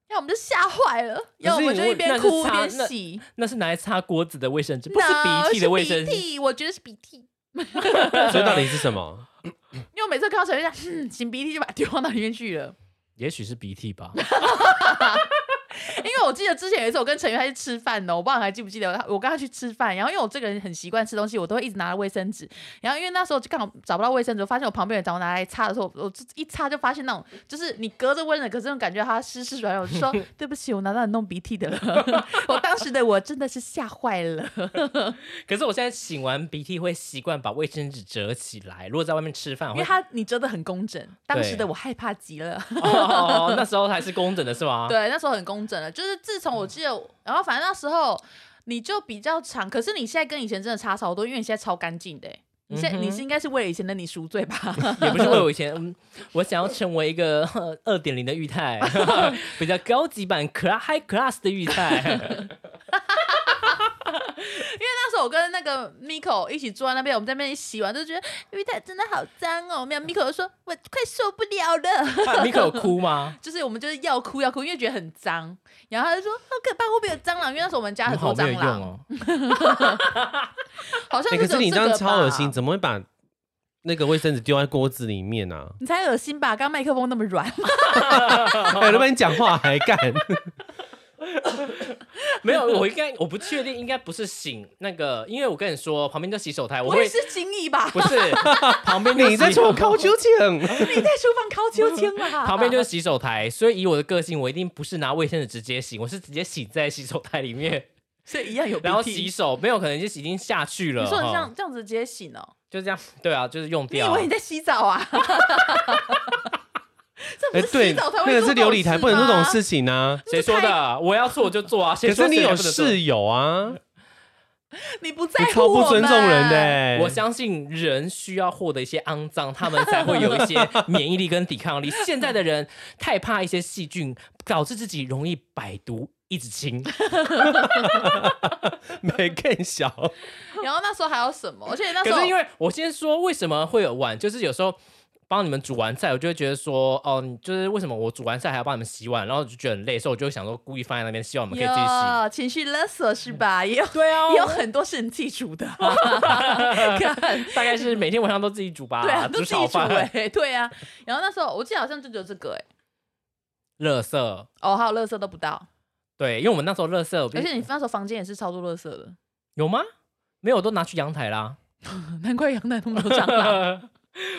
Speaker 1: 然后我们就吓坏了，然后我
Speaker 3: 你
Speaker 1: 们就一
Speaker 3: 问那
Speaker 1: 边
Speaker 3: 是
Speaker 1: 哭一
Speaker 3: 擦
Speaker 1: 边
Speaker 3: 那
Speaker 1: 洗，
Speaker 3: 那是拿来擦
Speaker 1: <laughs>
Speaker 3: 锅子的卫生纸，不是
Speaker 1: No，
Speaker 3: 鼻涕的卫
Speaker 1: 是
Speaker 3: 生
Speaker 1: 鼻
Speaker 3: 纸。
Speaker 1: 涕，我觉得是鼻涕。
Speaker 2: 所以到底是什么？
Speaker 1: 因为我每次看到陈瑞在嗯擤鼻涕就把它丢到那里面去了。
Speaker 3: 也许是鼻涕吧。 <laughs>
Speaker 1: 因为我记得之前有一次我跟陈宇他去吃饭哦呢，我不知道你还记不记得，他我跟他去吃饭，然后因为我这个人很习惯吃东西，我都会一直拿卫生纸，然后因为那时候就刚好找不到卫生纸，我发现我旁边人找我拿来擦的时候，我就一擦就发现那种就是你隔着温冷，可是那种感觉它湿湿软软，我就说对不起，我拿到你 <laughs> 弄鼻涕的了，我当时的我真的是吓坏了，
Speaker 3: 可是我现在擤完鼻涕会习惯把卫生纸折起来，如果在外面吃饭，
Speaker 1: 因
Speaker 3: 我
Speaker 1: 为
Speaker 3: 会
Speaker 1: 他你折的很工整，当时的我害怕极了。
Speaker 3: <laughs> 哦，那时候还是工整的是吗？
Speaker 1: <laughs> 对，那时候很工整了。就是自从我记得，然后反正那时候你就比较长，可是你现在跟以前真的差超多，因为你现在超干净的欸、你现在、你
Speaker 3: 嗯哼
Speaker 1: 是应该是为了以前的你赎罪吧？ <laughs>
Speaker 3: 也不是为我以前，嗯我想要成为一个呃二点零的裕泰， <laughs> 比较高级版 class high class 的裕泰。
Speaker 1: 那时候我跟那个 Miko 一起坐在那边，我们在那边洗完就觉得玉泰真的好脏哦。没有 Miko 就说，我快受不了了， <laughs>
Speaker 3: 啊你可有哭吗？
Speaker 1: 就是我们就是要哭要哭，因为觉得很脏。然后他就说，好可怕，会不会有蟑螂？因为那时候我们家
Speaker 3: 你
Speaker 1: 很
Speaker 3: 好
Speaker 1: 多
Speaker 3: 没有
Speaker 1: 蟑
Speaker 3: 用
Speaker 1: 螂，
Speaker 3: 哦。
Speaker 1: 好像
Speaker 2: 哎、
Speaker 1: 是
Speaker 2: 可
Speaker 1: 只有
Speaker 2: 是你
Speaker 1: 这
Speaker 2: 这样
Speaker 1: 个
Speaker 2: 超恶
Speaker 1: 吧
Speaker 2: 心，，怎么会把那个卫生纸丢在锅子里面啊？
Speaker 1: <laughs> 你才恶心吧？刚刚麦克风那么软。
Speaker 2: 哎，老板，你讲话还
Speaker 1: <laughs>
Speaker 2: 干？
Speaker 3: 没有，我应该我不确定，应该不是醒那个，因为我跟你说旁边叫洗手台，我
Speaker 1: 我也
Speaker 3: 会
Speaker 1: 是惊异吧？
Speaker 3: 不是旁边就
Speaker 2: 你在
Speaker 3: 洗手
Speaker 2: 抽高秋千？
Speaker 1: <laughs> 你在厨房烤秋千啦？
Speaker 3: 旁边就是洗手台，所以以我的个性，我一定不是拿卫生纸直接洗，我是直接洗在洗手台里
Speaker 1: <laughs>
Speaker 3: 面，
Speaker 1: 所以一样有鼻
Speaker 3: 然后洗
Speaker 1: 涕。
Speaker 3: 手，没有可能就已经下去了。
Speaker 1: 你说你这
Speaker 3: 哈
Speaker 1: 样这样子直接洗呢？
Speaker 3: 就这样，对啊，就是用
Speaker 1: 你以
Speaker 3: 掉。
Speaker 1: 为你在洗澡啊？这
Speaker 2: 哎，
Speaker 1: 不是
Speaker 2: 对，
Speaker 1: 洗澡才
Speaker 2: 那
Speaker 1: 会
Speaker 2: 个
Speaker 1: 做
Speaker 2: 是
Speaker 1: 这种
Speaker 2: 琉璃台，
Speaker 1: 事
Speaker 2: 不能做这种
Speaker 1: 吗
Speaker 2: 事情啊。
Speaker 3: 谁说的？我要做我就做啊。谁
Speaker 2: 可
Speaker 3: 说
Speaker 2: 是你
Speaker 3: 谁
Speaker 2: 有
Speaker 3: 不能做
Speaker 2: 室友啊，
Speaker 1: 你不在
Speaker 2: 你
Speaker 1: 乎
Speaker 2: 超不尊重人
Speaker 1: <laughs> 我们。
Speaker 2: 的、欸。
Speaker 3: 我相信人需要获得一些肮脏，他们才会有一些免疫力跟抵抗力。现在的人太怕一些细菌，导致自己容易百毒一直
Speaker 1: <laughs>
Speaker 3: 侵。
Speaker 2: <laughs> 没更小，
Speaker 1: 然后那时候还有什么？而且那时
Speaker 3: 可
Speaker 1: 候
Speaker 3: 是因为我先说为什么会有碗，就是有时候帮你们煮完菜，我就会觉得说，哦，你就是为什么我煮完菜还要帮你们洗碗，然后我就觉得很累，所以我就想说故意放在那边，希望你们可以自己洗。
Speaker 1: 有情绪勒索是吧？也有
Speaker 3: <laughs>
Speaker 1: <laughs>
Speaker 3: 对啊
Speaker 1: 也有很多是你自己煮的， <laughs> 看
Speaker 3: 大概是每天晚上都自己煮吧，
Speaker 1: 啊对啊，都自
Speaker 3: 煮炒
Speaker 1: 己煮
Speaker 3: 饭、
Speaker 1: 哎，对啊。然后那时候我记得好像就只有这个哎，
Speaker 3: 垃圾。
Speaker 1: 哦，还有垃圾都不到，
Speaker 3: 对，因为我们那时候垃圾，我
Speaker 1: 而且
Speaker 3: 必
Speaker 1: 你那时候房间也是超多垃圾的， <laughs>
Speaker 3: 有吗？没有，我都拿去阳台啦。
Speaker 1: 难怪阳台那么多蟑
Speaker 3: <laughs>
Speaker 1: 螂。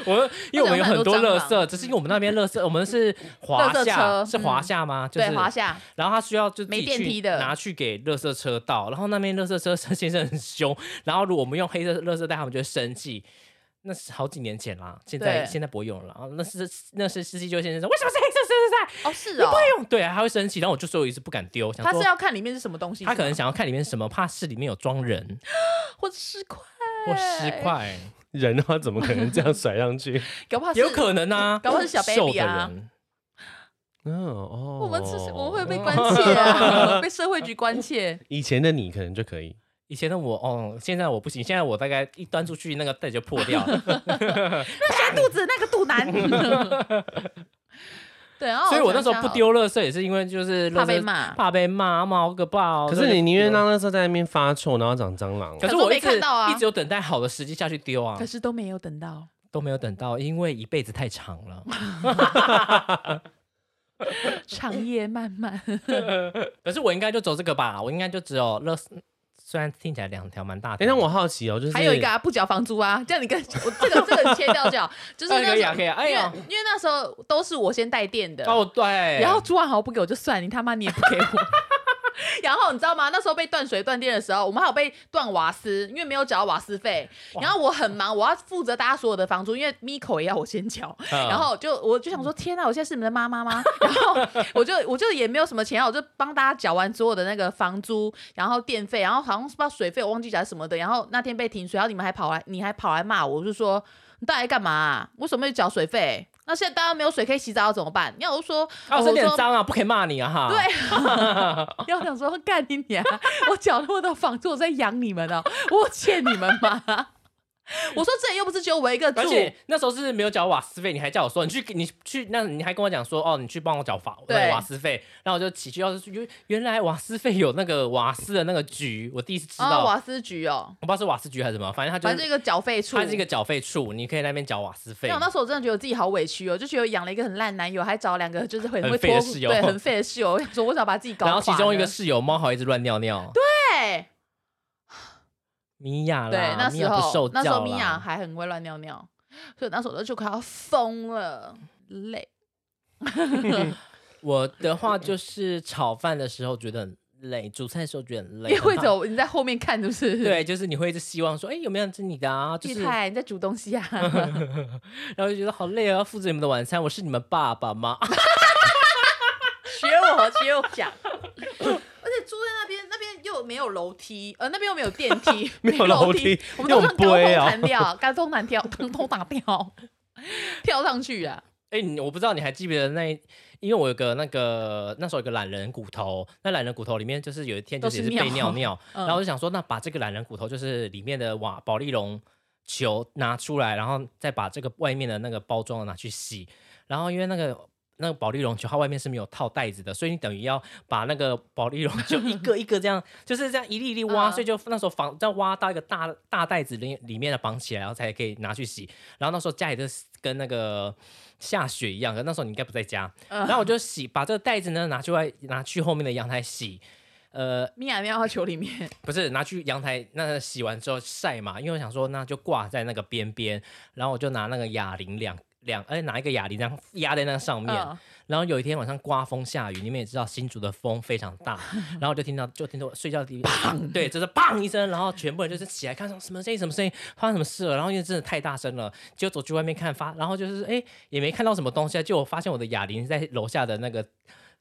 Speaker 3: 我因为我们有很多垃
Speaker 1: 我想很多蟑
Speaker 3: 圾，
Speaker 1: 螂
Speaker 3: 只是因为我们那边垃圾，我们
Speaker 1: <laughs>
Speaker 3: 是华
Speaker 1: 垃圾
Speaker 3: 夏，
Speaker 1: 车嗯
Speaker 3: 是华夏吗？就是
Speaker 1: 对，华夏，
Speaker 3: 然后他需要就自己
Speaker 1: 没电
Speaker 3: 去
Speaker 1: 梯的
Speaker 3: 拿去给垃圾车倒，然后那边垃圾车 <laughs> 先生很凶，然后如果我们用黑色垃圾袋，他们就会生气。那是好几年前啦，现在
Speaker 1: 对
Speaker 3: 现在不会用了啦。然后那是那是司机就先生说，为什么是黑色垃圾袋？
Speaker 1: 哦是哦，
Speaker 3: 用对啊，他会生气。然后我就说我一次不敢丢，想
Speaker 1: 他
Speaker 3: 说
Speaker 1: 是要看里面是什么东西，
Speaker 3: 他可
Speaker 1: 是
Speaker 3: 能
Speaker 1: 吗
Speaker 3: 想要看里面是什么，怕是里面有装人
Speaker 1: 或者尸块，
Speaker 3: 或尸块，
Speaker 2: 人的话怎么可能这样甩上去？ <laughs>
Speaker 1: 搞不好是
Speaker 3: 也有可能啊，
Speaker 1: 搞不好是小
Speaker 3: 瘦
Speaker 1: baby
Speaker 3: 的
Speaker 1: 啊
Speaker 3: 人。
Speaker 2: 嗯哦，
Speaker 1: 我们只是我们会被关切、
Speaker 3: <laughs>
Speaker 1: 啊，被社会局关切。
Speaker 2: 以前的你可能就可以，
Speaker 3: 以前的我，哦，现在我不行，现在我大概一端出去，那个袋就破掉了。
Speaker 1: 那小啊肚子那个肚腩。 <laughs> 对，然后
Speaker 3: 所以我那
Speaker 1: 哦想
Speaker 3: 时
Speaker 1: 想
Speaker 3: 候不，丢垃圾，也是因为就是垃圾
Speaker 1: 怕被骂啊
Speaker 3: 怕被骂，骂好可怕哦。
Speaker 2: 可是你宁愿让垃圾在那边发臭，然后长蟑螂
Speaker 3: 对，可
Speaker 2: 哦。
Speaker 3: 是我一
Speaker 1: 可是我
Speaker 3: 直
Speaker 1: 没看到啊
Speaker 3: 一直有等待好的时机下去丢啊
Speaker 1: 可，是都没有等到。
Speaker 3: 都没有等到，因为一辈子太长了。 <laughs>
Speaker 1: 长夜漫漫，
Speaker 3: 可是我应该就走这个吧，我应该就只有垃圾，虽然听起来两条蛮大的，
Speaker 2: 哎，让我好奇哦，就是
Speaker 1: 还有一个啊，不缴房租啊，这样你跟我这个这个切掉就好。就是
Speaker 3: <laughs> 哎
Speaker 1: 那
Speaker 3: 可以
Speaker 1: 时
Speaker 3: 啊
Speaker 1: 候，
Speaker 3: 可以啊，哎
Speaker 1: 因为
Speaker 3: 呀，
Speaker 1: 因为那时候都是我先带电的，
Speaker 3: 哦对，
Speaker 1: 然后朱万豪不给我就算，你他妈你也不给我。然后你知道吗？那时候被断水断电的时候，我们还有被断瓦斯，因为没有缴瓦斯费。然后我很忙，我要负责大家所有的房租，因为 Miko 也要我先缴。
Speaker 3: 嗯
Speaker 1: 然后就我就想说，天呐，我现在是你们的妈妈吗？ <laughs> 然后我就我就也没有什么钱啊，我就帮大家缴完所有的那个房租，然后电费，然后好像是不知道水费，我忘记缴什么的。然后那天被停水，然后你们还跑来，你还跑来骂我，我就说你到底在干嘛啊、为什么要缴水费？那现在大家没有水可以洗澡要怎么办？你看我就说，哦
Speaker 3: 啊，我
Speaker 1: 我
Speaker 3: 身体很
Speaker 1: 说
Speaker 3: 脏啊，不可以骂你啊哈。
Speaker 1: 对，然后想说干你娘！我缴那么多房租，我在养你们哦，我有欠你们吗？ <laughs> 我说这里又不是只有我一个住
Speaker 3: 而，且那时候是没有缴瓦斯费，你还叫我说你去你去那你还跟我讲说哦，你去帮我缴法
Speaker 1: 对
Speaker 3: 那瓦斯费，然后我就起去要是原原来瓦斯费有那个瓦斯的那个局，我第一次知道，
Speaker 1: 啊瓦斯局哦，
Speaker 3: 我不知道是瓦斯局还是什么，反正它
Speaker 1: 反正
Speaker 3: 就是
Speaker 1: 就一个缴费处，
Speaker 3: 它是一个缴费处，你可以在那边缴瓦斯费
Speaker 1: 那。我那时候我真的觉得我自己好委屈哦，就觉得养了一个很烂男友，还找两个就是很
Speaker 3: 很
Speaker 1: 会
Speaker 3: 废的
Speaker 1: 拖
Speaker 3: 室友
Speaker 1: 对，很废的室友。我想说，我想把自己搞垮
Speaker 3: 然
Speaker 1: 呢。
Speaker 3: 后其中一个室友猫好一直乱尿尿，对，
Speaker 1: 对
Speaker 3: 米娅啦，
Speaker 1: 对，那
Speaker 3: 米
Speaker 1: 时
Speaker 3: 娅不受
Speaker 1: 候那时
Speaker 3: 教
Speaker 1: 候米娅
Speaker 3: 啦
Speaker 1: 还很会乱尿尿，所以那时候我就快要疯了，累。
Speaker 3: 我的话就是炒饭的时候觉得很累，煮菜的时候觉得很累，
Speaker 1: 因为会
Speaker 3: 很怕
Speaker 1: 走，你在后面看是不是？，
Speaker 3: <laughs> 对，就是你会一直希望说，哎、有没有人吃你的啊？就
Speaker 1: 季
Speaker 3: 是，
Speaker 1: 太你在煮东西
Speaker 3: <laughs>
Speaker 1: 啊，
Speaker 3: 然后就觉得好累啊，要负责你们的晚餐，我是你们爸爸吗？
Speaker 1: 学我学我讲。 <laughs> 而且住在那边，那边又没有楼梯，呃，那边又没有电梯，
Speaker 2: <laughs> 没有楼梯
Speaker 1: 梯，我们都
Speaker 2: 那
Speaker 1: 是
Speaker 2: 种
Speaker 1: 高空
Speaker 2: 杯啊
Speaker 1: 弹跳，高空弹跳， <laughs> 通通打掉， <laughs> 跳上去啊。
Speaker 3: <laughs> 哎、你我不知道你还记不记得那一，因为我有个那个那时候有个懒人骨头，那懒人骨头里面就是有一天就
Speaker 1: 都
Speaker 3: 是
Speaker 1: 是
Speaker 3: 也是被
Speaker 1: 尿
Speaker 3: 尿尿，
Speaker 1: 嗯
Speaker 3: 然后我就想说，那把这个懒人骨头就是里面的瓦保利龙球拿出来，然后再把这个外面的那个包装的拿去洗，然后因为那个。那个保利龙球，它外面是没有套袋子的，所以你等于要把那个保利龙球一个一个这样，就是这样一粒一粒挖，
Speaker 1: 嗯
Speaker 3: 所以就那时候绑，再挖到一个大大袋子里里面的绑起来，然后才可以拿去洗。然后那时候家里就是跟那个下雪一样，可那时候你应该不在家。
Speaker 1: 嗯
Speaker 3: 然后我就洗，把这个袋子呢拿去外拿去后面的阳台洗，呃，
Speaker 1: 米娅尿到球里面，
Speaker 3: 不是拿去阳台那洗完之后晒嘛，因为我想说那就挂在那个边边，然后我就拿那个哑铃两两，哎、拿一个哑铃这样压在那上面，
Speaker 1: 嗯
Speaker 3: 然后有一天晚上刮风下雨，你们也知道新竹的风非常
Speaker 1: <laughs>
Speaker 3: 大，然后我就听到就听到睡觉的地方，对，就是砰一声，然后全部人就是起来看说什么声音什么声音，发生什么事了，然后因为真的太大声了，就走去外面看发，然后就是哎也没看到什么东西啊，就我发现我的哑铃在楼下的那个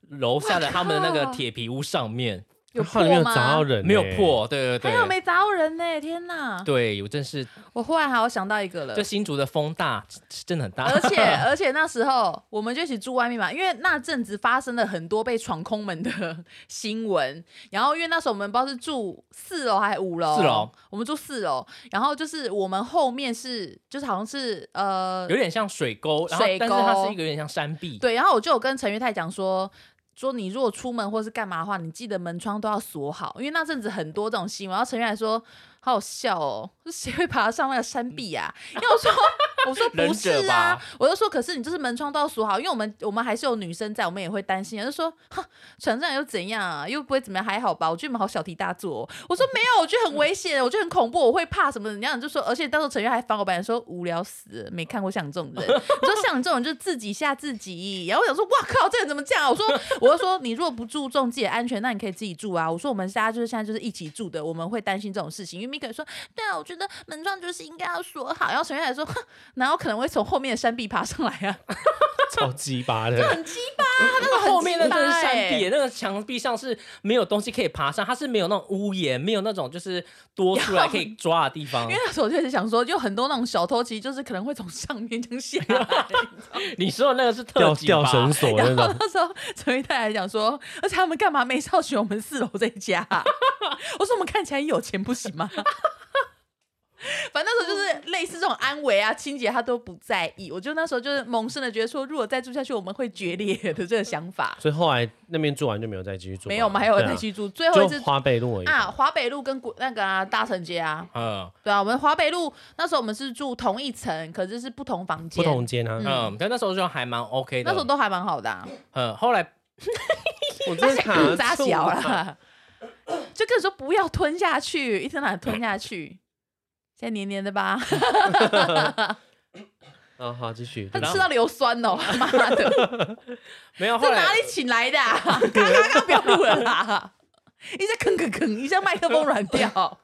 Speaker 3: 楼下的他们的那个
Speaker 1: 哇靠
Speaker 3: 铁皮屋上面。
Speaker 1: 有
Speaker 2: 后
Speaker 1: 破
Speaker 2: 来没有
Speaker 1: 吗？
Speaker 2: 砸到人、欸
Speaker 3: 没有，破，对对对，
Speaker 1: 还有没砸到人呢、天哪！
Speaker 3: 对，我真是，
Speaker 1: 我忽然还有想到一个了
Speaker 3: 就，新竹的风大，是真的很大。
Speaker 1: <laughs> 而且而且那时候我们就一起住外面嘛，因为那阵子发生了很多被闯空门的 <laughs> 新闻。然后因为那时候我们不知道是住四楼还是五楼，
Speaker 3: 四楼，
Speaker 1: 我们住四楼。然后就是我们后面是就是好像是呃
Speaker 3: 有点像水沟，然后
Speaker 1: 水
Speaker 3: 但是它
Speaker 1: 沟
Speaker 3: 是一个有点像山壁。
Speaker 1: 对，然后我就有跟陈玉泰讲说。说你如果出门或是干嘛的话，你记得门窗都要锁好，因为那阵子很多这种新闻。然后陈玉泰说：“好好笑哦， <laughs> 是谁会爬上那个山壁啊？” <laughs> 因为我说：“我说
Speaker 3: 忍
Speaker 1: 不
Speaker 3: 者
Speaker 1: 是
Speaker 3: 吧
Speaker 1: 啊，我就说可是你就是门窗都要锁好，因为我们我们还是有女生在，我们也会担心。”就说：“哈，船上又怎样啊？又不会怎么样，还好吧？我觉得你们好小题大做、哦。”我说：“没有，我觉得很危险，我觉得很恐怖，我会怕什么的？”然后你就说，而且到时候陈玉泰还翻我白眼说：“无聊死了，没看过像你这种人。”我说像你这种人就是自己吓自己，然后我想说，哇靠，这人怎么这样啊？我说，我就说你如果不注重自己的安全，那你可以自己住啊。我说我们大家就是现在就是一起住的，我们会担心这种事情。因为米可说，对啊，我觉得门窗就是应该要锁好。然后陈月还说，哼哪有可能会从后面的山壁爬上来
Speaker 2: <laughs>
Speaker 1: 啊？
Speaker 2: 超鸡巴
Speaker 1: <laughs>
Speaker 2: 的。
Speaker 1: 很鸡巴啊，那个很
Speaker 3: 后面那
Speaker 1: 鸡巴
Speaker 3: 个是山
Speaker 1: 欸
Speaker 3: 壁，那个墙壁上是没有东西可以爬上，它是没有那种屋檐，没有那种就是多出来可以抓的地方
Speaker 1: 因。为那时候我就是想说，就很多那种小偷，其实就是可能会从上面这样下来。
Speaker 3: 你说的那个是特
Speaker 2: 吊
Speaker 3: 级吧
Speaker 2: 吊绳索那
Speaker 1: 然后
Speaker 3: <laughs>
Speaker 2: 种，
Speaker 1: 那时候陈玉泰还讲说，而且他们干嘛没事要选我们四楼这一家、
Speaker 2: <laughs>
Speaker 1: 啊？我说我们看起来有钱不行吗？反正那时候就是类似这种安危啊、清洁，他都不在意。我就那时候就是萌生了觉得说，如果再住下去，我们会决裂的这个想法。
Speaker 2: 所以后来那边住完就没有再继续住了。
Speaker 1: 没有，我们还有
Speaker 2: 对啊
Speaker 1: 再去住，最后一次
Speaker 2: 就花贝路而已。
Speaker 1: 啊，华北路跟古那个、啊、大城街啊，
Speaker 3: 嗯
Speaker 1: 对啊，我们华北路那时候我们是住同一层，可是是不同房
Speaker 2: 不
Speaker 1: 间，
Speaker 2: 同间啊，
Speaker 3: 嗯，但那时候就还蛮 OK
Speaker 1: 那时候
Speaker 3: 的。
Speaker 1: 都还蛮好的、
Speaker 3: <laughs>
Speaker 1: 啊。
Speaker 3: 嗯，后来
Speaker 2: 我真的
Speaker 1: <laughs>
Speaker 2: 卡
Speaker 1: 扎
Speaker 2: 住啊
Speaker 1: 小。
Speaker 3: 啊
Speaker 1: 啦， <laughs> 就跟你说不要吞下去，一天到晚吞下去，现在黏黏的吧？
Speaker 2: 啊，好，继续。
Speaker 1: 他
Speaker 2: 对
Speaker 1: 吃到硫酸哦，妈的，
Speaker 3: 没有，后
Speaker 1: 这
Speaker 3: 来
Speaker 1: 哪里请来的、啊？咔咔咔，不要录了啦！一下吭吭吭，一下麦克风软掉，